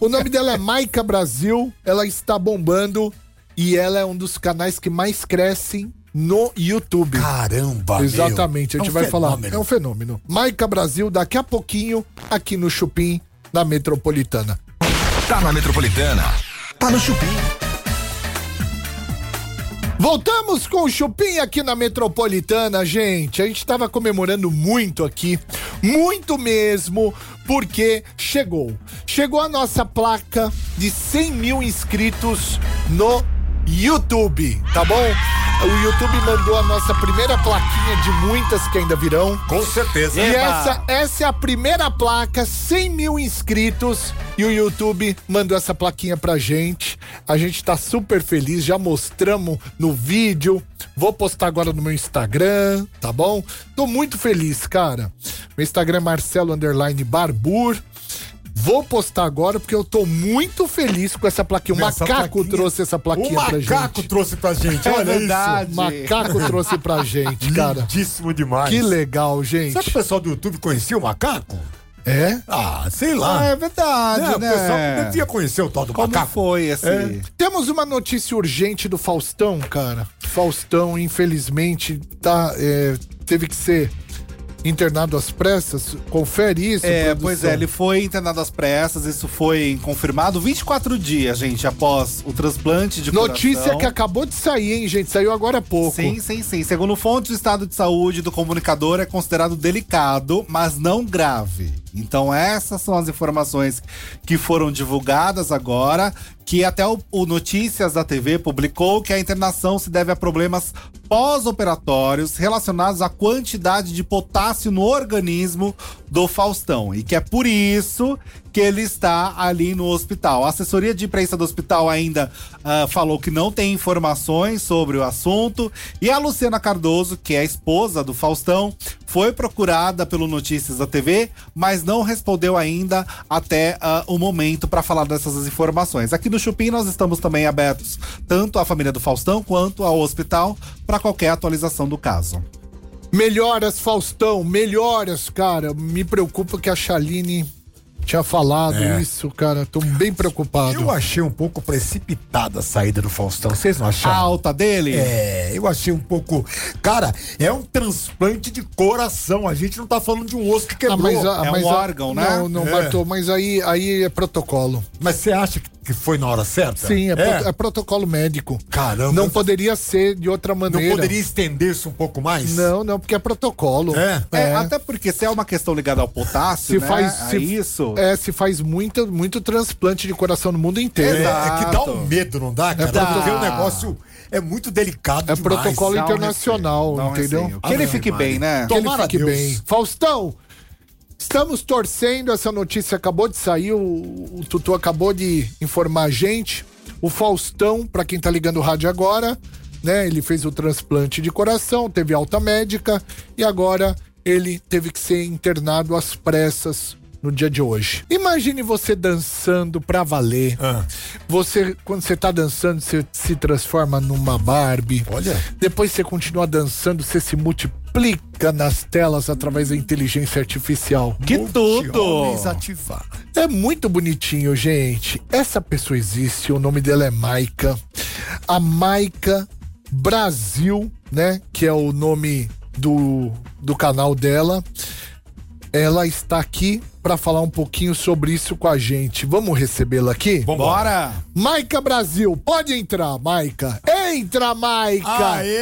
Speaker 3: O nome dela é Maica Brasil, ela está bombando e ela é um dos canais que mais crescem no YouTube.
Speaker 5: Caramba, meu.
Speaker 3: Exatamente, a gente
Speaker 5: É um
Speaker 3: vai falar.
Speaker 5: fenômeno.
Speaker 3: É um fenômeno. Maica Brasil, daqui a pouquinho, aqui no Chupim, na Metropolitana.
Speaker 1: Tá na Metropolitana. Tá no Chupim.
Speaker 3: Voltamos com o Chupim aqui na Metropolitana, gente. A gente estava comemorando muito aqui, muito mesmo, porque chegou. Chegou a nossa placa de 100 mil inscritos no YouTube, tá bom? O YouTube mandou a nossa primeira plaquinha de muitas que ainda virão.
Speaker 5: Com certeza.
Speaker 3: E
Speaker 4: Eba!
Speaker 3: essa, essa é a primeira placa, 100 mil inscritos. E o YouTube mandou essa plaquinha pra gente. A gente tá super feliz, já mostramos no vídeo. Vou postar agora no meu Instagram, tá bom? Tô muito feliz, cara. Meu Instagram é Marcelo Underline Barbur. Vou postar agora porque eu tô muito feliz com essa plaquinha. O
Speaker 5: Essa
Speaker 3: macaco
Speaker 5: plaquinha.
Speaker 3: trouxe essa plaquinha
Speaker 5: o
Speaker 3: é pra
Speaker 5: macaco
Speaker 3: gente.
Speaker 5: trouxe pra gente.
Speaker 4: É
Speaker 5: Olha
Speaker 4: verdade.
Speaker 5: isso.
Speaker 3: O macaco trouxe pra gente, cara.
Speaker 5: Lindíssimo demais.
Speaker 3: Que legal, gente.
Speaker 5: Será que o pessoal do YouTube conhecia o macaco?
Speaker 3: É?
Speaker 5: Ah, sei lá.
Speaker 4: é verdade,
Speaker 5: Né, O
Speaker 4: né?
Speaker 5: pessoal devia conhecer o tal do
Speaker 4: Como
Speaker 5: macaco.
Speaker 4: foi esse?
Speaker 3: Temos uma notícia urgente do Faustão, cara. Faustão, infelizmente, tá, é, teve que ser internado às pressas. Confere isso,
Speaker 4: É,
Speaker 3: produção.
Speaker 4: pois é, ele foi internado às pressas, isso foi confirmado 24 dias, gente, após o transplante de
Speaker 3: Notícia
Speaker 4: coração.
Speaker 3: que acabou de sair, hein, gente? Saiu agora há pouco.
Speaker 4: Sim, sim, sim. Segundo fontes do estado de saúde do comunicador, é considerado delicado, mas não grave. Então, essas são as informações que foram divulgadas agora, que até o, o Notícias da TV publicou que a internação se deve a problemas pós-operatórios relacionados à quantidade de potássio no organismo do Faustão. E que é por isso que ele está ali no hospital. A assessoria de imprensa do hospital ainda ah, falou que não tem informações sobre o assunto. E a Luciana Cardoso, que é a esposa do Faustão, foi procurada pelo Notícias da TV, mas não respondeu ainda até ah, o momento para falar dessas informações. Aqui no Chupim nós estamos também abertos tanto à família do Faustão quanto ao hospital para qualquer atualização do caso.
Speaker 3: Melhoras, Faustão, melhoras, cara. Me preocupa que a Chaline tinha falado
Speaker 5: É.
Speaker 3: isso, cara. Tô bem preocupado.
Speaker 5: Eu achei um pouco precipitada a saída do Faustão. Vocês não
Speaker 4: A
Speaker 5: acharam?
Speaker 4: alta dele?
Speaker 5: É, eu achei um pouco. Cara, é um transplante de coração. A gente não tá falando de um osso que
Speaker 3: Ah,
Speaker 5: quebrou. mas,
Speaker 3: a-
Speaker 4: é um órgão, né?
Speaker 3: Não, não,
Speaker 5: É.
Speaker 3: Bartô, mas aí, aí é protocolo.
Speaker 5: você acha que- que foi na hora certa?
Speaker 3: Sim, é, pro- é protocolo médico.
Speaker 5: Caramba.
Speaker 3: Não poderia ser de outra
Speaker 5: Então Não
Speaker 3: maneira.
Speaker 5: poderia estender-se um pouco mais?
Speaker 3: Não, não, porque é protocolo.
Speaker 5: É?
Speaker 4: É, até porque se é uma questão ligada ao potássio,
Speaker 3: Se
Speaker 4: né?
Speaker 3: faz
Speaker 4: a
Speaker 3: se,
Speaker 4: isso.
Speaker 3: É, se faz muito, muito transplante de coração no mundo inteiro.
Speaker 5: É,
Speaker 3: É,
Speaker 5: é que dá
Speaker 4: Exato.
Speaker 5: um medo, não dá, cara?
Speaker 4: dá.
Speaker 5: Porque o negócio é muito delicado demais.
Speaker 3: protocolo
Speaker 4: dá um
Speaker 3: internacional,
Speaker 4: receio, dá um
Speaker 3: entendeu?
Speaker 4: receio. Que ele
Speaker 5: Ave
Speaker 4: fique
Speaker 5: Maria.
Speaker 4: bem, né?
Speaker 3: Que ele
Speaker 5: Tomara
Speaker 3: fique
Speaker 5: Deus.
Speaker 3: bem. Faustão, Estamos torcendo, essa notícia acabou de sair, o, o Tutu acabou de informar a gente. O Faustão, para quem tá ligando o rádio agora, né? Ele fez o transplante de coração, teve alta médica e agora ele teve que ser internado às pressas no dia de hoje. Imagine você dançando pra valer.
Speaker 4: Ah.
Speaker 3: Você, quando você tá dançando, você se transforma numa Barbie.
Speaker 5: Olha.
Speaker 3: Depois você continua dançando, você se multiplica nas telas através da inteligência artificial.
Speaker 4: Que tudo!
Speaker 5: Multi-homens ativar.
Speaker 3: É muito bonitinho, gente. Essa pessoa existe, o nome dela é Maica. A Maica Brasil, né? Que é o nome do, do canal dela. Ela está aqui para falar um pouquinho sobre isso com a gente. Vamos recebê-la aqui?
Speaker 4: Bora!
Speaker 3: Maica Brasil, pode entrar, Maica. Entra, Maica!
Speaker 5: Aê!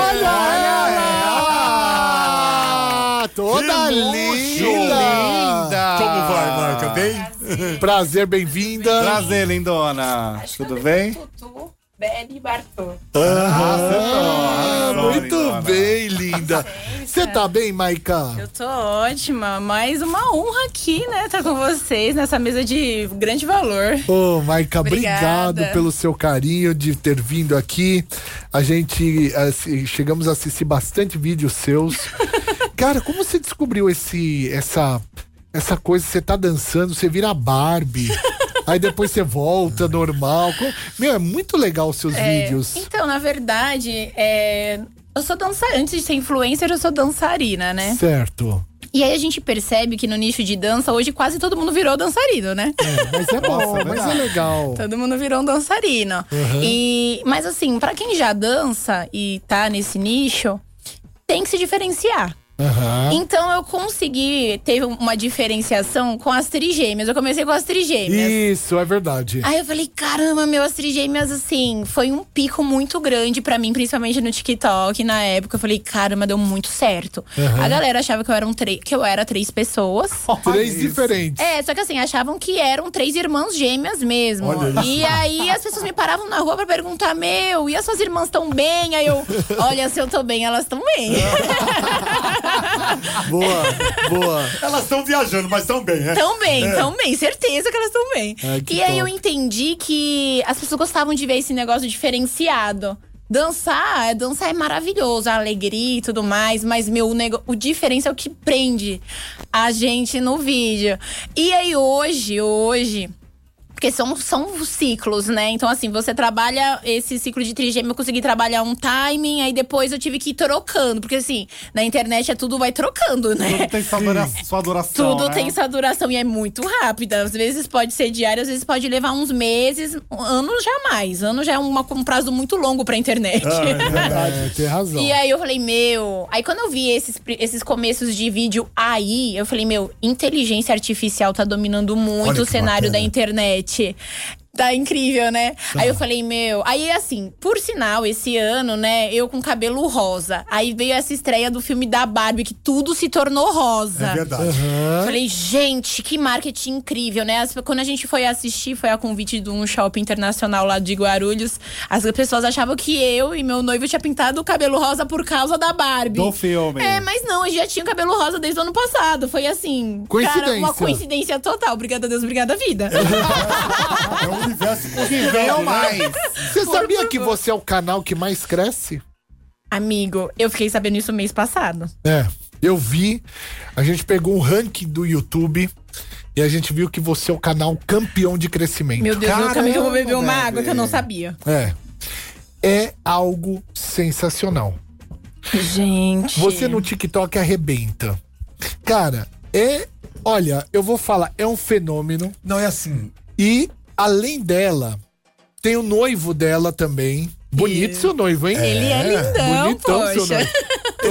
Speaker 3: Olha ela! Toda
Speaker 5: Que luxo!
Speaker 3: linda!
Speaker 5: Como vai, Marca? Bem?
Speaker 3: Prazer, bem-vinda.
Speaker 4: Prazer, lindona. Tudo bem?
Speaker 10: Tutu, Beli Bartô.
Speaker 3: Ah,
Speaker 4: Acertou.
Speaker 3: muito
Speaker 4: Lindona.
Speaker 3: bem, linda. Você tá bem, Maica?
Speaker 10: Eu tô ótima, mais uma honra aqui, né, estar com vocês nessa mesa de grande valor.
Speaker 3: Ô, Maica, obrigado
Speaker 10: Obrigada.
Speaker 3: pelo seu carinho de ter vindo aqui. A gente assim, chegamos a assistir bastante vídeos seus. Cara, como você descobriu esse essa essa coisa? Você tá dançando, você vira Barbie. Aí depois você volta normal. Co- Meu, é muito legal os seus
Speaker 10: É,
Speaker 3: vídeos.
Speaker 10: Então, na verdade, é, eu sou dançarina. Antes de ser influencer, eu sou dançarina, né?
Speaker 3: Certo.
Speaker 10: E aí a gente percebe que no nicho de dança, hoje quase todo mundo virou dançarino, né?
Speaker 3: É, mas é bom,
Speaker 4: Nossa, é
Speaker 3: mas é
Speaker 4: verdade.
Speaker 3: legal.
Speaker 10: Todo mundo virou um dançarino.
Speaker 3: Uhum.
Speaker 10: E, mas assim, pra quem já dança e tá nesse nicho, tem que se diferenciar.
Speaker 3: Aham.
Speaker 10: Então eu consegui ter uma diferenciação com as trigêmeas. Eu comecei com as trigêmeas.
Speaker 3: Isso, é verdade.
Speaker 10: Aí eu falei, caramba, meu, as trigêmeas, assim, foi um pico muito grande pra mim, principalmente no TikTok na época. Eu falei, caramba, deu muito certo.
Speaker 3: Uhum.
Speaker 10: A galera achava que eu, era um tre- que eu era três pessoas.
Speaker 3: Três diferentes.
Speaker 10: É, só que assim, achavam que eram três irmãs gêmeas mesmo.
Speaker 5: Olha
Speaker 10: E aí as pessoas me paravam na rua pra perguntar: Meu, e as suas irmãs estão bem? Aí eu, olha, se eu tô bem, elas estão bem.
Speaker 3: Boa, boa.
Speaker 5: Elas estão viajando, mas estão bem, né?
Speaker 10: Tão bem, tão bem, certeza que elas estão bem.
Speaker 3: É. Ai, que
Speaker 10: e aí eu
Speaker 3: top.
Speaker 10: entendi que as pessoas gostavam de ver esse negócio diferenciado. Dançar, dançar é maravilhoso, a alegria e tudo mais, mas meu, o, nego... o diferença é o que prende a gente no vídeo. E aí hoje, hoje. Porque são, são ciclos, né? Então, assim, você trabalha esse ciclo de trigêmeo, eu consegui trabalhar um timing, aí depois eu tive que ir trocando. Porque, assim, na internet é tudo vai trocando, né?
Speaker 4: Tudo tem sua dura- sua duração.
Speaker 10: Tudo
Speaker 4: né?
Speaker 10: tem sua duração e é muito rápida. Às vezes pode ser diário, às vezes pode levar uns meses, um ano jamais. Ano já é uma- um prazo muito longo pra internet.
Speaker 3: É, tem razão.
Speaker 10: E aí eu falei, meu. Aí quando eu vi esses, pri- esses começos de vídeo aí, eu falei, meu, inteligência artificial tá dominando
Speaker 5: Olha que
Speaker 10: muito o cenário da
Speaker 5: bacana.
Speaker 10: internet. Tá incrível, né? Aí eu falei, meu. Aí, assim, por sinal, esse ano, né, eu com cabelo rosa. Aí veio essa estreia do filme da Barbie, que tudo se tornou rosa.
Speaker 5: É verdade.
Speaker 10: Falei, gente, que marketing incrível, né? As- Quando a gente foi assistir, foi a convite de um shopping internacional lá de Guarulhos. As pessoas achavam que eu e meu noivo tinha pintado o cabelo rosa por causa da Barbie.
Speaker 4: Do filme.
Speaker 10: É, mas não, eu já tinha o cabelo rosa desde o ano passado. Foi assim, cara,
Speaker 3: Coincidência.
Speaker 10: uma coincidência total. Obrigada a Deus, obrigada a vida.
Speaker 5: É um universo
Speaker 4: Que veio é mais.
Speaker 3: Você sabia que você é o canal que mais cresce?
Speaker 10: Amigo, eu fiquei sabendo isso mês passado.
Speaker 3: É. Eu vi, a gente pegou o ranking do YouTube e a gente viu que você é o canal campeão de crescimento.
Speaker 10: Meu Deus, eu também que eu vou beber uma
Speaker 4: Caramba,
Speaker 10: água que eu não sabia.
Speaker 3: É. É algo sensacional.
Speaker 10: Gente.
Speaker 3: Você no TikTok arrebenta. Cara, é. Olha, eu vou falar, é um fenômeno.
Speaker 5: Não, é assim.
Speaker 3: E além dela, tem o noivo dela também. Bonito seu noivo, hein?
Speaker 10: Ele é lindão, poxa.
Speaker 3: noivo. Seu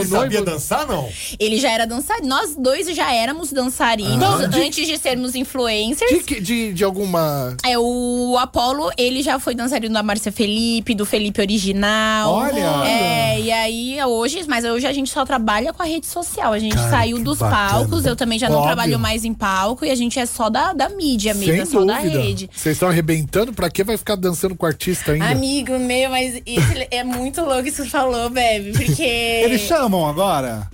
Speaker 5: Ele sabia
Speaker 3: noivo-
Speaker 5: dançar, não?
Speaker 10: Ele já era dançarino. Nós dois já éramos dançarinos
Speaker 3: Não, de-
Speaker 10: antes de sermos influencers.
Speaker 3: De, que- de, de alguma.
Speaker 10: É, o Apollo, ele já foi dançarino da Márcia Felipe, do Felipe Original.
Speaker 4: Olha!
Speaker 10: É, e aí hoje, mas hoje a gente só trabalha com a rede social. A gente
Speaker 5: Cara,
Speaker 10: saiu
Speaker 5: que
Speaker 10: dos
Speaker 5: bacana.
Speaker 10: palcos, eu também já não
Speaker 3: Óbvio.
Speaker 10: trabalho mais em palco e a gente é só da, da mídia mesmo,
Speaker 3: Sem
Speaker 10: é só da
Speaker 3: dúvida.
Speaker 10: rede.
Speaker 3: Vocês estão arrebentando, pra que vai ficar dançando com artista ainda?
Speaker 10: Amigo meu, mas isso é muito louco isso que você falou, Bebe, porque.
Speaker 4: Eles chamam agora?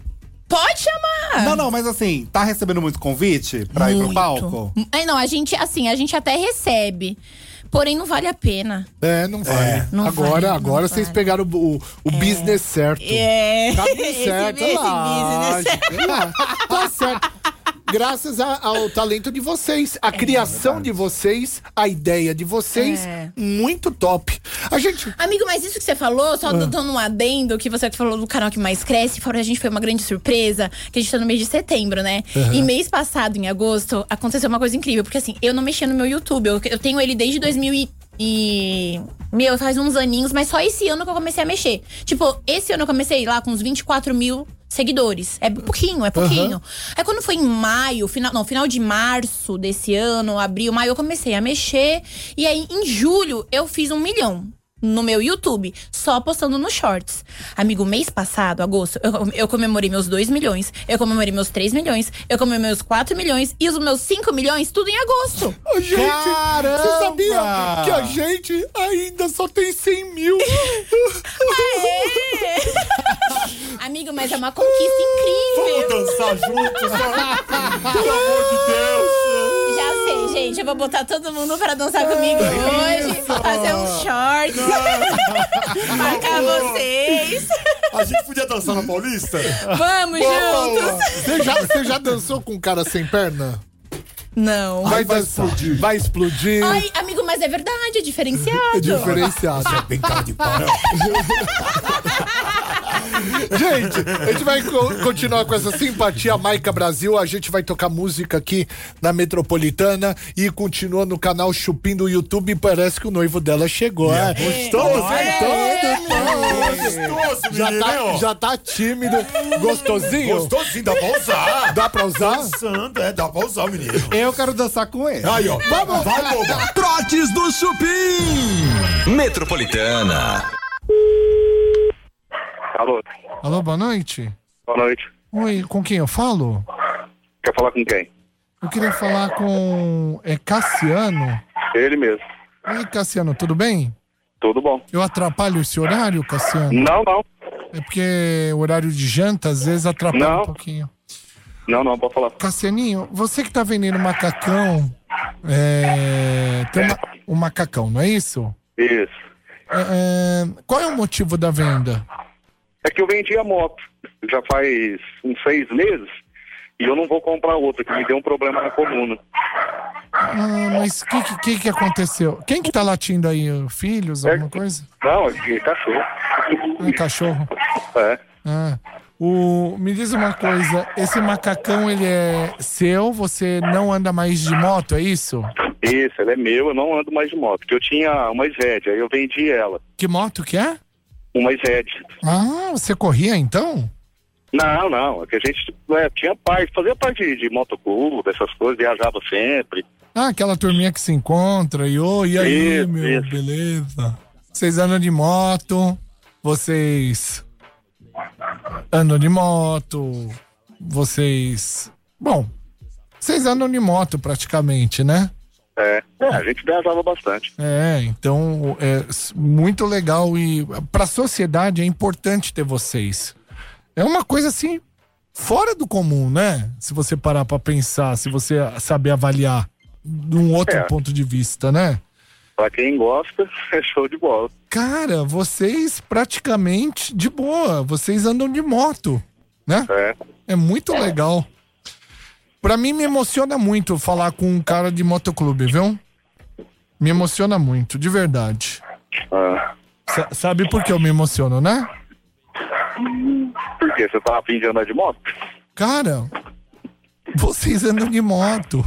Speaker 10: Pode chamar!
Speaker 4: Não, não, mas assim, tá recebendo muito convite pra ir pro
Speaker 10: Muito.
Speaker 4: palco?
Speaker 10: É, não, a gente, assim, a gente até recebe. Porém, não vale a pena.
Speaker 3: É, não vale.
Speaker 10: Não vale,
Speaker 3: agora
Speaker 10: não
Speaker 3: agora vocês
Speaker 10: vale.
Speaker 3: pegaram o, o, o business certo.
Speaker 10: É.
Speaker 3: Tá tudo
Speaker 10: Esse
Speaker 3: certo,
Speaker 10: mês,
Speaker 3: olha lá.
Speaker 10: esse mês, né?
Speaker 3: gente, olha lá. Tá certo. Graças a- ao talento de vocês, a criação de vocês, a ideia de vocês,
Speaker 10: É.
Speaker 3: muito top. A gente.
Speaker 10: Amigo, mas isso que você falou, só dando um adendo, que você falou do canal que mais cresce, fora a gente foi uma grande surpresa, que a gente tá no mês de setembro, né? E mês passado, em agosto, aconteceu uma coisa incrível, porque assim, eu não mexia no meu YouTube, eu, eu tenho ele desde 2000 e, e- Meu, faz uns aninhos, mas só esse ano que eu comecei a mexer. Tipo, esse ano eu comecei lá com uns 24 mil seguidores. É pouquinho, é pouquinho. Aí quando foi em maio, final, não, final de março desse ano, abril, maio, eu comecei a mexer. E aí, em julho, eu fiz um milhão no meu YouTube, só postando nos shorts. Amigo, mês passado, agosto, eu, eu comemorei meus 2 milhões, eu comemorei meus 3 milhões, eu comemorei meus 4 milhões e os meus 5 milhões, tudo em agosto.
Speaker 3: Ô, gente,
Speaker 4: Caramba!
Speaker 3: você sabia que a gente ainda só tem 100 mil?
Speaker 10: É. Amigo, mas é uma conquista incrível.
Speaker 2: Vamos dançar juntos, ó. Pelo amor de Deus.
Speaker 10: Já sei, gente. Eu vou botar todo mundo pra dançar comigo
Speaker 2: É
Speaker 10: hoje. Fazer um short. Marcar vocês.
Speaker 2: A gente podia dançar na Paulista?
Speaker 10: Vamos juntos.
Speaker 3: Você já, você já dançou com um cara sem perna?
Speaker 10: Não.
Speaker 3: Vai, explodir. Vai explodir.
Speaker 10: Ai, amigo, mas é verdade, é
Speaker 3: É
Speaker 10: diferenciado.
Speaker 3: diferenciado.
Speaker 5: Tem cara de pau.
Speaker 3: Gente, a gente vai co- continuar com essa simpatia Maica Brasil. A gente vai tocar música aqui na Metropolitana e continua no canal Chupim do YouTube. Parece que o noivo dela chegou. É,
Speaker 2: Gostoso, hein? Gostoso,
Speaker 3: Já,
Speaker 2: menino, hein, ó.
Speaker 3: tá, já tá tímido, gostosinho.
Speaker 2: Gostosinho, dá pra usar.
Speaker 3: Dá pra usar?
Speaker 2: Dançando, é, dá pra usar, menino.
Speaker 4: Eu quero dançar com ele.
Speaker 2: Aí, ó. Vamos, vai, boba.
Speaker 1: Trotes do Chupim. Metropolitana.
Speaker 9: Alô,
Speaker 3: Alô, boa noite.
Speaker 9: boa noite.
Speaker 3: Oi, com quem eu falo?
Speaker 9: Quer falar com quem?
Speaker 3: Eu queria falar com é, Cassiano.
Speaker 9: Ele mesmo.
Speaker 3: Oi, Cassiano, tudo bem?
Speaker 9: Tudo bom?
Speaker 3: Eu atrapalho esse horário, Cassiano?
Speaker 9: Não, não.
Speaker 3: É porque o horário de janta às vezes atrapalha
Speaker 9: Não.
Speaker 3: um pouquinho.
Speaker 9: Não, não, pode falar.
Speaker 3: Cassianinho, você que tá vendendo macacão, é, tem uma- um macacão, não é isso?
Speaker 9: Isso.
Speaker 3: É, é, qual é o motivo da venda?
Speaker 9: É que eu vendi a moto já faz uns seis meses e eu não vou comprar outra, que me deu um problema na coluna.
Speaker 3: Ah, mas o que, que, que que aconteceu? Quem que tá latindo aí? Filhos, alguma coisa?
Speaker 9: Não, é que cachorro.
Speaker 3: Um cachorro?
Speaker 9: É.
Speaker 3: Ah. O, me diz uma coisa, esse macacão ele é seu? Você não anda mais de moto, é isso?
Speaker 9: Isso, ela é meu, eu não ando mais de moto, porque eu tinha uma Sred, aí eu vendi ela.
Speaker 3: Que moto que é?
Speaker 9: Uma Sred.
Speaker 3: Ah, você corria então?
Speaker 9: Não, não, é que a gente é, tinha parte, fazia parte de, de motoclube, essas coisas, viajava sempre.
Speaker 3: Ah, aquela turminha que se encontra e ô, e aí,
Speaker 9: Isso,
Speaker 3: meu,
Speaker 9: isso.
Speaker 3: beleza? Vocês andam de moto, vocês andam de moto, vocês. Bom, vocês andam de moto praticamente, né?
Speaker 9: É, é, a gente viajava bastante.
Speaker 3: É, então é s- muito legal e pra sociedade é importante ter vocês. É uma coisa assim fora do comum, né? Se você parar pra pensar, se você saber avaliar de um outro
Speaker 9: É.
Speaker 3: ponto de vista, né?
Speaker 9: Pra quem gosta, é show de bola.
Speaker 3: Cara, vocês praticamente de boa, vocês andam de moto, né?
Speaker 9: É.
Speaker 3: É muito legal. Pra mim me emociona muito falar com um cara de motoclube, viu? Me emociona muito, de verdade.
Speaker 9: Ah,
Speaker 3: Sa- sabe por que eu me emociono, né?
Speaker 9: por quê? Você tava afim de andar de moto?
Speaker 3: Cara, vocês andam de moto.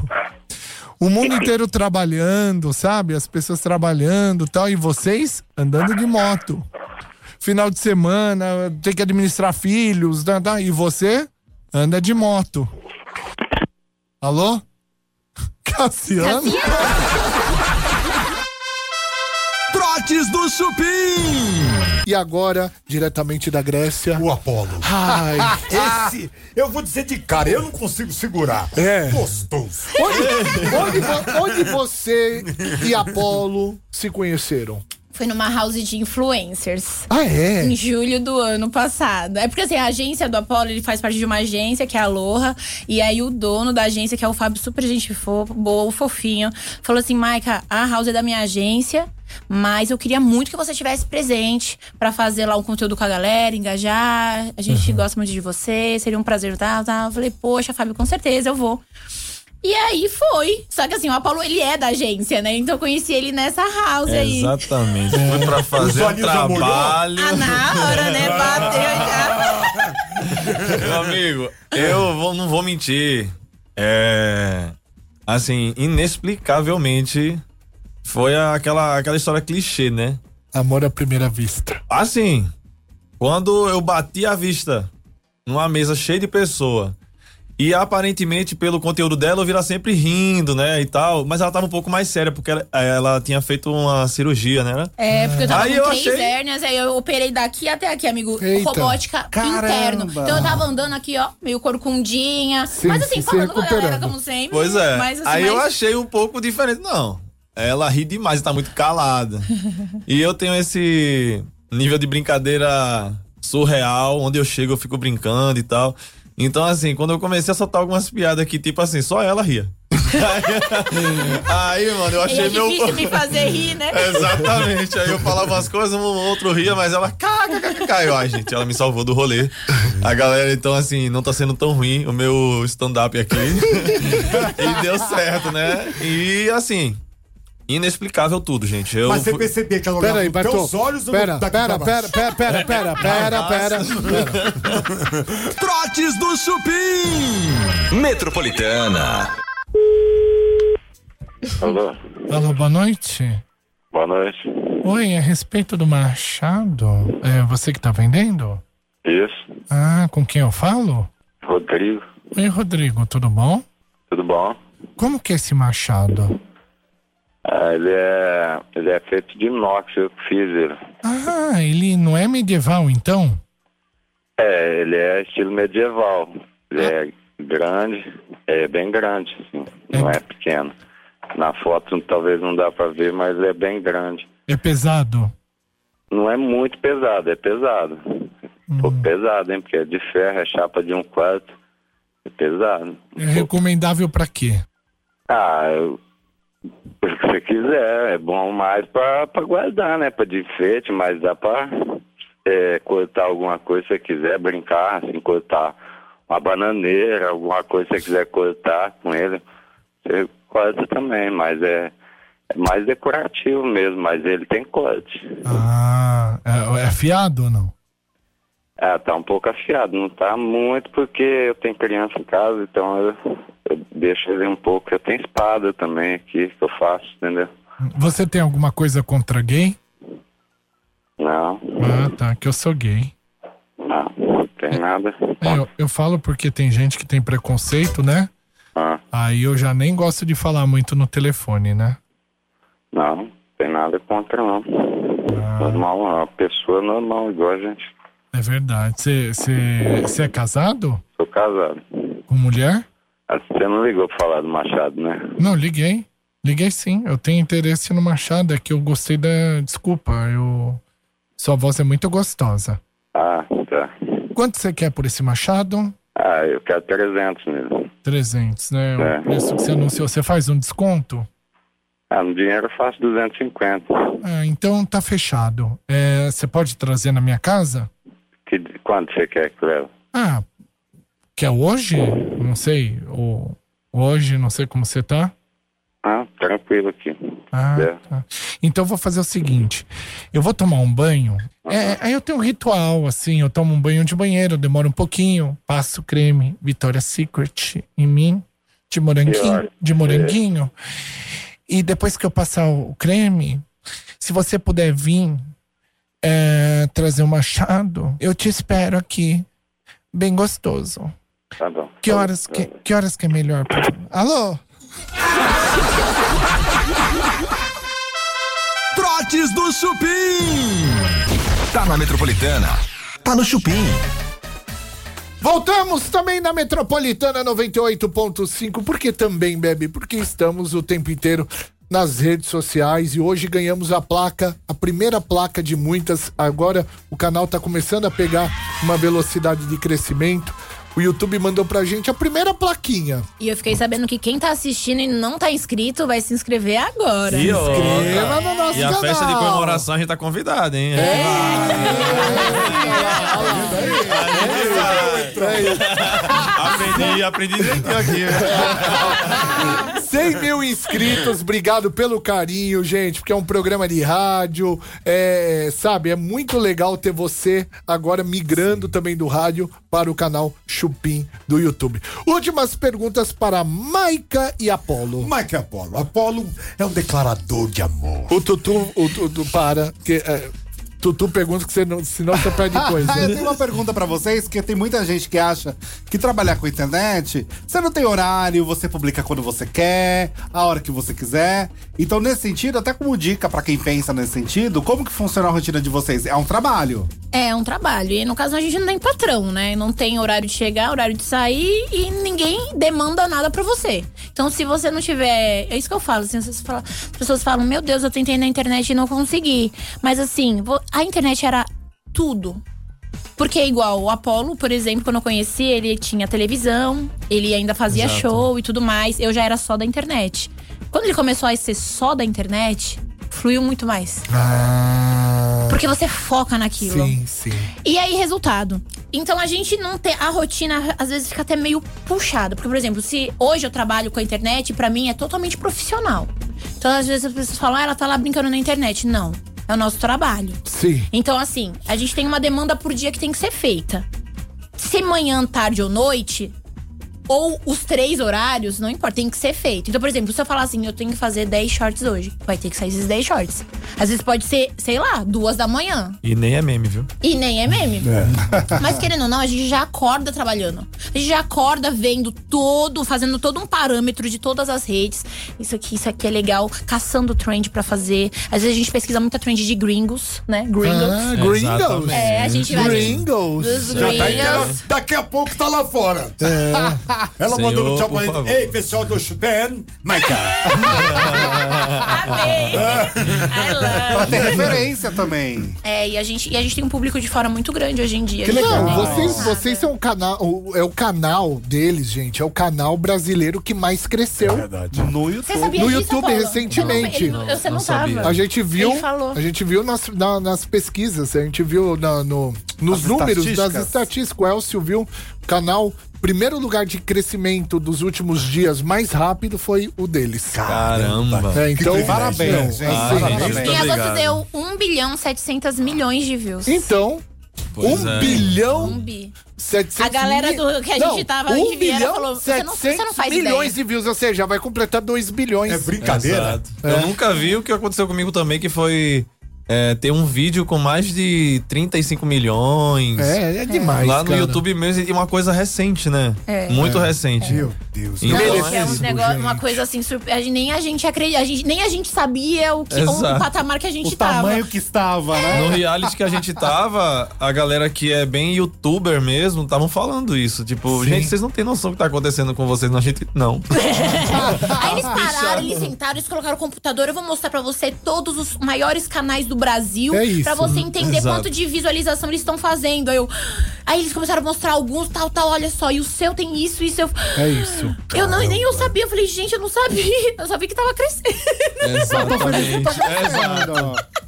Speaker 3: O mundo inteiro trabalhando, sabe? As pessoas trabalhando e tal, e vocês andando de moto. Final de semana, tem que administrar filhos, tá, tá, e você anda de moto. Alô? Cassiano?
Speaker 1: Trotes do Chupim.
Speaker 3: E agora, diretamente da Grécia.
Speaker 5: O Apolo.
Speaker 3: Ai,
Speaker 5: Esse, eu vou dizer de cara, eu não consigo segurar.
Speaker 3: É.
Speaker 5: Gostoso.
Speaker 3: onde, onde vo- onde você e Apolo se conheceram?
Speaker 10: Foi numa house de influencers.
Speaker 11: Ah, é?
Speaker 10: Em julho do ano passado. É porque assim, a agência do Apollo, ele faz parte de uma agência, que é a Aloha. E aí o dono da agência, que é o Fábio, super gente fo- boa, fofinho, falou assim: Maica, a house é da minha agência. Mas eu queria muito que você estivesse presente pra fazer lá um conteúdo com a galera, engajar. A gente gosta muito de você, seria um prazer, tá, tá? Eu falei, poxa, Fábio, com certeza eu vou. E aí foi. Só que assim, o Apollo, ele é da agência, né? Então eu conheci ele nessa house aí.
Speaker 2: Exatamente. Foi pra fazer um
Speaker 4: olhinhos amolhou?
Speaker 2: trabalho.
Speaker 10: Ah, na hora, né? Bateu já.
Speaker 2: Meu amigo, eu vou- não vou mentir. É. Assim, inexplicavelmente foi a- aquela, aquela história clichê, né?
Speaker 11: Amor à primeira vista.
Speaker 2: Assim, quando eu bati a vista numa mesa cheia de pessoa e aparentemente pelo conteúdo dela eu vira sempre rindo, né, e tal, mas ela tava um pouco mais séria porque ela, ela tinha feito uma cirurgia, né?
Speaker 10: É, porque eu tava
Speaker 2: Aí
Speaker 10: com
Speaker 2: eu
Speaker 10: três
Speaker 2: achei-
Speaker 10: hérnias, aí eu operei daqui até aqui, amigo.
Speaker 11: Eita.
Speaker 10: Robótica
Speaker 12: Caramba.
Speaker 10: interno. Então eu tava andando aqui, ó, meio corcundinha.
Speaker 11: Sim,
Speaker 10: mas assim,
Speaker 11: sim, se
Speaker 10: falando com a galera,
Speaker 11: recuperando.
Speaker 10: como sempre.
Speaker 2: Pois é.
Speaker 10: Mas, assim,
Speaker 2: Aí eu
Speaker 10: mas-
Speaker 2: achei um pouco diferente. Não, ela ri demais, tá muito calada. e eu tenho esse nível de brincadeira surreal, onde eu chego eu fico brincando e tal. Então, assim, quando eu comecei a soltar algumas piadas aqui, tipo assim, só ela ria. aí, mano, eu
Speaker 10: E
Speaker 2: achei
Speaker 10: é
Speaker 2: meu. É.
Speaker 10: difícil me fazer rir, né?
Speaker 2: Exatamente. Aí eu falava umas coisas, um outro ria, mas ela caiu. Ai, gente, ela me salvou do rolê. A galera, então, assim, não tá sendo tão ruim o meu stand-up aqui. e deu certo, né? E, assim, inexplicável tudo, gente. Eu
Speaker 4: Mas você
Speaker 2: fui-
Speaker 4: percebia que ela olhava
Speaker 11: Pera aí,
Speaker 4: nos teus
Speaker 11: Bartô.
Speaker 4: olhos um ou
Speaker 11: Pera,
Speaker 4: daqui
Speaker 11: pera,
Speaker 4: pra
Speaker 11: pera,
Speaker 4: baixo?
Speaker 11: pera, pera, pera, pera, pera, pera.
Speaker 5: Trotes do Chupim. Metropolitana.
Speaker 9: Alô,
Speaker 3: Alô, boa noite.
Speaker 9: boa noite.
Speaker 3: Oi, a respeito do Machado, é você que tá vendendo?
Speaker 9: Isso,
Speaker 3: Ah, com quem eu falo?
Speaker 9: Rodrigo,
Speaker 3: Oi, Rodrigo, tudo bom?
Speaker 9: tudo bom?
Speaker 3: Como que é esse Machado?
Speaker 9: Ah, ele, é, ele é feito de inox, eu que fiz ele.
Speaker 3: Ah, ele não é medieval, então?
Speaker 9: É, ele é estilo medieval. Ele é grande, é bem grande, assim, não é pequeno. Na foto talvez não dá pra ver, mas ele é bem grande.
Speaker 3: É pesado?
Speaker 9: Não é muito pesado, é pesado. Um pouco pesado, hein? Porque é de ferro, é chapa de um quarto. É pesado.
Speaker 3: É recomendável pra quê?
Speaker 9: Ah, eu- o que você quiser. É bom mais pra, pra guardar, né? Pra de enfeite, mas dá pra é, cortar alguma coisa se você quiser, brincar, assim, cortar uma bananeira, alguma coisa se você quiser cortar com ele. Você corta também, mas é, é mais decorativo mesmo, mas ele tem corte.
Speaker 3: Ah, é, é afiado ou não?
Speaker 9: Ah, tá um pouco afiado, não tá muito porque eu tenho criança em casa, então eu, eu deixo ele um pouco. Eu tenho espada também aqui que eu faço, entendeu?
Speaker 3: Você tem alguma coisa contra gay?
Speaker 9: Não,
Speaker 3: Ah, tá, que eu sou gay.
Speaker 9: não, não tem nada.
Speaker 3: É, eu, eu falo porque tem gente que tem preconceito, né?
Speaker 9: Ah,
Speaker 3: Aí eu já nem gosto de falar muito no telefone, né?
Speaker 9: não, não tem nada contra não.
Speaker 3: Ah.
Speaker 9: Normal, uma pessoa normal, igual a gente.
Speaker 3: É verdade. Você é casado?
Speaker 9: Sou casado.
Speaker 3: Com mulher?
Speaker 9: Ah, Você não ligou pra falar do Machado, né?
Speaker 3: Não, liguei. Liguei sim. Eu tenho interesse no Machado, é que eu gostei da. Desculpa, eu. Sua voz é muito gostosa.
Speaker 9: Ah, tá.
Speaker 3: Quanto você quer por esse Machado?
Speaker 9: Ah, eu quero 300 mesmo.
Speaker 3: 300, né?
Speaker 9: É.
Speaker 3: O preço que você anunciou. Você faz um desconto?
Speaker 9: Ah, no dinheiro eu faço 250.
Speaker 3: Ah, então tá fechado. É, Você pode trazer na minha casa?
Speaker 9: Que, quanto você quer que leve?
Speaker 3: Ah, que é hoje? Não sei. Ou hoje, não sei como você tá.
Speaker 9: Ah, tranquilo aqui.
Speaker 3: Ah,
Speaker 9: É.
Speaker 3: tá. Então eu vou fazer o seguinte: eu vou tomar um banho. É, aí eu tenho um ritual, assim, eu tomo um banho de banheiro, demora um pouquinho, passo creme, Vitória Secret em mim, de moranguinho,
Speaker 9: Pior.
Speaker 3: de moranguinho. E depois que eu passar o creme, se você puder vir é, trazer um machado, eu te espero aqui. Bem gostoso.
Speaker 9: Tá bom.
Speaker 3: Que horas que, que horas que é melhor? pra- Alô?
Speaker 5: Trotes do Chupim. Tá na Metropolitana. Tá no Chupim.
Speaker 11: Voltamos também na Metropolitana 98.5. Por que também, Bebe? Porque estamos o tempo inteiro
Speaker 3: nas redes sociais e hoje ganhamos a placa, a primeira placa de muitas. Agora o canal tá começando a pegar uma velocidade de crescimento. O YouTube mandou pra gente a primeira plaquinha.
Speaker 10: E eu fiquei sabendo que quem tá assistindo e não tá inscrito vai se inscrever agora.
Speaker 2: E, ó,
Speaker 3: Inscreva
Speaker 2: cara,
Speaker 3: no nosso
Speaker 2: e a
Speaker 3: canal.
Speaker 2: festa de comemoração a gente tá convidado, hein?
Speaker 5: É,
Speaker 2: Aprendi, aprendi direitinho aqui. né?
Speaker 3: 100 mil inscritos, obrigado pelo carinho, gente, porque é um programa de rádio, é, sabe? É muito legal ter você agora migrando também do rádio para o canal Chupim do YouTube. Últimas perguntas para Maica e Apolo.
Speaker 5: Mike Apolo. Apolo é um declarador de amor.
Speaker 3: O Tutu, o Tutu, para, que é, Tutu pergunta que você não, senão você perde coisa.
Speaker 4: Ah, eu tenho uma pergunta pra vocês, que tem muita gente que acha que trabalhar com internet, você não tem horário, você publica quando você quer, a hora que você quiser. Então, nesse sentido, até como dica pra quem pensa nesse sentido, como que funciona a rotina de vocês? É um trabalho.
Speaker 10: É um trabalho. E no caso a gente não tem patrão, né? Não tem horário de chegar, horário de sair e ninguém demanda nada pra você. Então se você não tiver. É isso que eu falo. Assim, vocês falam- as pessoas falam: Meu Deus, eu tentei na internet e não consegui. Mas assim, vo- a internet era tudo. Porque é igual o Apollo, por exemplo, quando eu conheci, ele tinha televisão, ele ainda fazia show e tudo mais. Eu já era só da internet. Quando ele começou a ser só da internet, fluiu muito mais.
Speaker 5: Ah,
Speaker 10: Porque você foca naquilo.
Speaker 3: Ah. Sim, sim.
Speaker 10: E aí, resultado. Então a gente não tem. A rotina às vezes fica até meio puxada. Porque, por exemplo, se hoje eu trabalho com a internet, pra mim é totalmente profissional. Então, às vezes, as pessoas falam, ah, ela tá lá brincando na internet. Não. É o nosso trabalho.
Speaker 3: Sim.
Speaker 10: Então, assim, a gente tem uma demanda por dia que tem que ser feita. Se manhã, tarde ou noite, ou os três horários, não importa, tem que ser feito. Então, por exemplo, se eu falar assim, eu tenho que fazer 10 shorts hoje, vai ter que sair esses 10 shorts. Às vezes pode ser, sei lá, duas da manhã.
Speaker 2: E nem é meme, viu?
Speaker 10: E nem é meme. Mas querendo ou não, a gente já acorda trabalhando. A gente já acorda vendo todo, fazendo todo um parâmetro de todas as redes. Isso aqui, isso aqui é legal, caçando trend pra fazer. Às vezes a gente pesquisa muita trend de gringos, né?
Speaker 2: Uhum.
Speaker 10: Gringos.
Speaker 3: Ah, Gringos.
Speaker 2: Exatamente.
Speaker 10: é, a gente vai.
Speaker 3: Gringos.
Speaker 10: Dos
Speaker 5: Já tá em tela,
Speaker 10: gringos.
Speaker 5: daqui a pouco tá lá fora.
Speaker 4: É.
Speaker 5: Ela
Speaker 2: Senhor,
Speaker 5: mandou no tchau
Speaker 2: por
Speaker 5: pra ele.
Speaker 2: favor.
Speaker 5: Ei, pessoal do Chupen, Maica.
Speaker 10: Amei! I love.
Speaker 4: Pra ter
Speaker 3: né?
Speaker 4: referência também.
Speaker 10: É, e a, gente, e a gente tem um público de fora muito grande hoje em dia.
Speaker 3: Que legal.
Speaker 10: Não,
Speaker 3: Vocês, vocês são o canal. o- É o canal deles, gente. É o canal brasileiro que mais cresceu.
Speaker 5: É Verdade.
Speaker 4: No
Speaker 10: Você
Speaker 4: YouTube.
Speaker 10: sabia
Speaker 3: No
Speaker 10: disso,
Speaker 3: YouTube,
Speaker 10: Paulo?
Speaker 3: recentemente.
Speaker 10: Eu não- ele- eu- você não,
Speaker 2: Não sabia.
Speaker 10: sabia.
Speaker 3: A gente viu.
Speaker 10: Ele falou.
Speaker 3: A gente viu nas, na- nas pesquisas, a gente viu na- no,
Speaker 4: As
Speaker 3: nos números das
Speaker 4: estatísticas.
Speaker 3: estatísticas. O Elcio viu o canal. Primeiro lugar de crescimento dos últimos dias mais rápido foi o deles.
Speaker 2: Caramba. né?
Speaker 3: É, então,
Speaker 5: privilégio,
Speaker 4: Parabéns, gente.
Speaker 3: Ah,
Speaker 2: gente,
Speaker 4: Parabéns.
Speaker 2: muito
Speaker 10: Em agosto
Speaker 2: obrigado.
Speaker 10: deu 1 bilhão 700 milhões de views.
Speaker 3: Então,
Speaker 2: Pois
Speaker 3: um
Speaker 2: é.
Speaker 10: Um
Speaker 3: bilhão
Speaker 10: bi.
Speaker 3: 700
Speaker 10: A galera do- que a gente
Speaker 3: não,
Speaker 10: tava
Speaker 3: um
Speaker 10: de Viena
Speaker 3: bilhão,
Speaker 10: falou, "Você não- você não
Speaker 3: 700
Speaker 10: faz
Speaker 3: milhões
Speaker 10: ideia."
Speaker 3: de views, ou seja, vai completar 2 bilhões.
Speaker 5: É brincadeira.
Speaker 2: Exato. Eu nunca vi o que aconteceu comigo também, que foi é, ter um vídeo com mais de 35 milhões.
Speaker 3: É, é demais.
Speaker 2: Lá no
Speaker 3: cara.
Speaker 2: YouTube mesmo, e uma coisa recente, né?
Speaker 10: É.
Speaker 2: Muito recente.
Speaker 5: Meu Deus.
Speaker 2: Então,
Speaker 10: Não, que é uns
Speaker 2: é-
Speaker 10: negó- uma coisa assim, surpre- a gente- nem a gente acredita, a gente, nem a gente sabia o, que, o
Speaker 2: Exato.
Speaker 10: patamar que a gente
Speaker 4: O
Speaker 10: tava.
Speaker 4: tamanho que estava, né?
Speaker 2: No reality que a gente tava, a galera que é bem youtuber mesmo, estavam falando isso. Tipo, gente, vocês não têm noção do que tá acontecendo com vocês. Não, a gente não.
Speaker 10: Aí eles pararam, eles sentaram, eles colocaram o computador. Eu vou mostrar pra você todos os maiores canais do Brasil.
Speaker 3: É isso.
Speaker 10: Pra você entender
Speaker 2: Exato.
Speaker 10: quanto de visualização eles estão fazendo. Aí, eu- aí eles começaram a mostrar alguns, tal, tal. Olha só, e o seu tem isso, isso. Eu,
Speaker 3: É isso.
Speaker 10: eu não, nem eu sabia. Eu falei, gente, eu não sabia. Eu só vi que tava crescendo.
Speaker 2: Exatamente.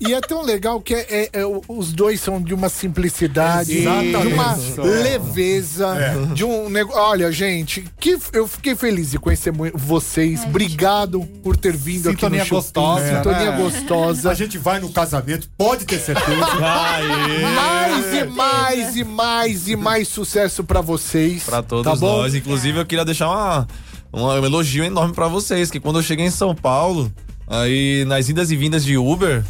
Speaker 3: E é tão legal que é- é- é o- os dois são de uma simplicidade,
Speaker 4: Exatamente.
Speaker 3: de uma
Speaker 4: Isso.
Speaker 3: leveza, de um negócio. Olha, gente, que f- eu fiquei feliz de conhecer mu- vocês. Obrigado por ter vindo
Speaker 4: Sintonia
Speaker 3: aqui no Chupim.
Speaker 4: gostosa,
Speaker 3: Sintonia
Speaker 4: né?
Speaker 3: gostosa.
Speaker 5: A gente vai no casamento, pode ter certeza.
Speaker 3: Mais e mais e mais e mais sucesso pra vocês.
Speaker 2: Pra todos
Speaker 3: tá bom?
Speaker 2: nós. Inclusive, eu queria deixar uma, uma- um elogio enorme pra vocês, que quando eu cheguei em São Paulo, aí nas idas e vindas de Uber,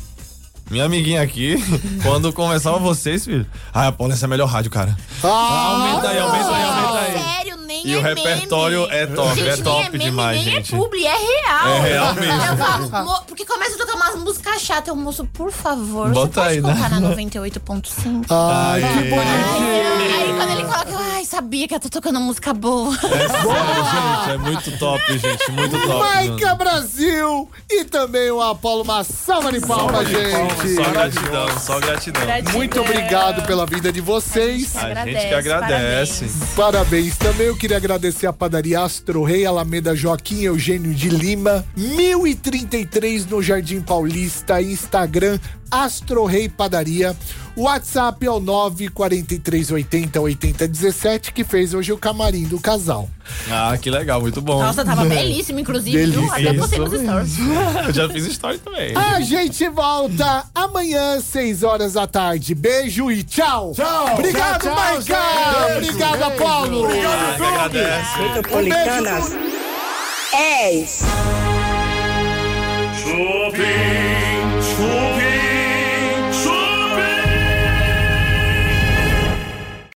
Speaker 2: minha amiguinha aqui, quando conversava vocês, filho, ah, Paulo, essa é a melhor rádio, cara.
Speaker 3: Ah,
Speaker 2: Aumenta aí, aumenta aí, aumenta aí.
Speaker 10: Sério, nem
Speaker 2: E
Speaker 10: é
Speaker 2: o repertório
Speaker 10: meme.
Speaker 2: é top,
Speaker 10: Gente,
Speaker 2: é top
Speaker 10: nem é meme,
Speaker 2: demais,
Speaker 10: nem
Speaker 2: gente.
Speaker 10: é publi, é real.
Speaker 2: É real mesmo.
Speaker 10: Eu falo, mo- porque começa a tocar umas músicas chatas. Eu, moço, por favor,
Speaker 2: Bota
Speaker 10: você
Speaker 2: aí,
Speaker 10: pode
Speaker 2: né?
Speaker 10: colocar na 98.5?
Speaker 3: ai, que
Speaker 10: Ai,
Speaker 3: bonitinho.
Speaker 10: ai, né? Quando ele coloca, eu, ai, sabia que eu tô tocando música boa.
Speaker 2: É sério, gente. É muito top, gente. Muito top.
Speaker 3: Maica Brasil e também o Apolo. Uma salva de palmas,
Speaker 2: Palmas de palmas,
Speaker 3: gente.
Speaker 2: Só gratidão, só gratidão.
Speaker 3: Muito obrigado pela vida de vocês.
Speaker 2: A gente que agradece.
Speaker 3: Parabéns. Também eu queria agradecer a padaria Astro Rei, Alameda Joaquim Eugênio de Lima, 1033 no Jardim Paulista, Instagram Astro Rei Padaria. WhatsApp é o 943808017, que fez hoje o camarim do casal.
Speaker 2: Ah, que legal, muito bom.
Speaker 10: Nossa, tava belíssimo, inclusive, viu? Até
Speaker 2: Isso.
Speaker 10: postei nos stories.
Speaker 2: Eu já fiz story também.
Speaker 3: A gente volta amanhã, 6 horas da tarde. Beijo e tchau. Tchau. Obrigado,
Speaker 5: Tchau, tchau,
Speaker 3: Maica.
Speaker 5: gente.
Speaker 3: Obrigado, Apolo.
Speaker 2: Ah, que agradece.
Speaker 3: Um beijo.
Speaker 13: Metropolitanas.
Speaker 6: 10.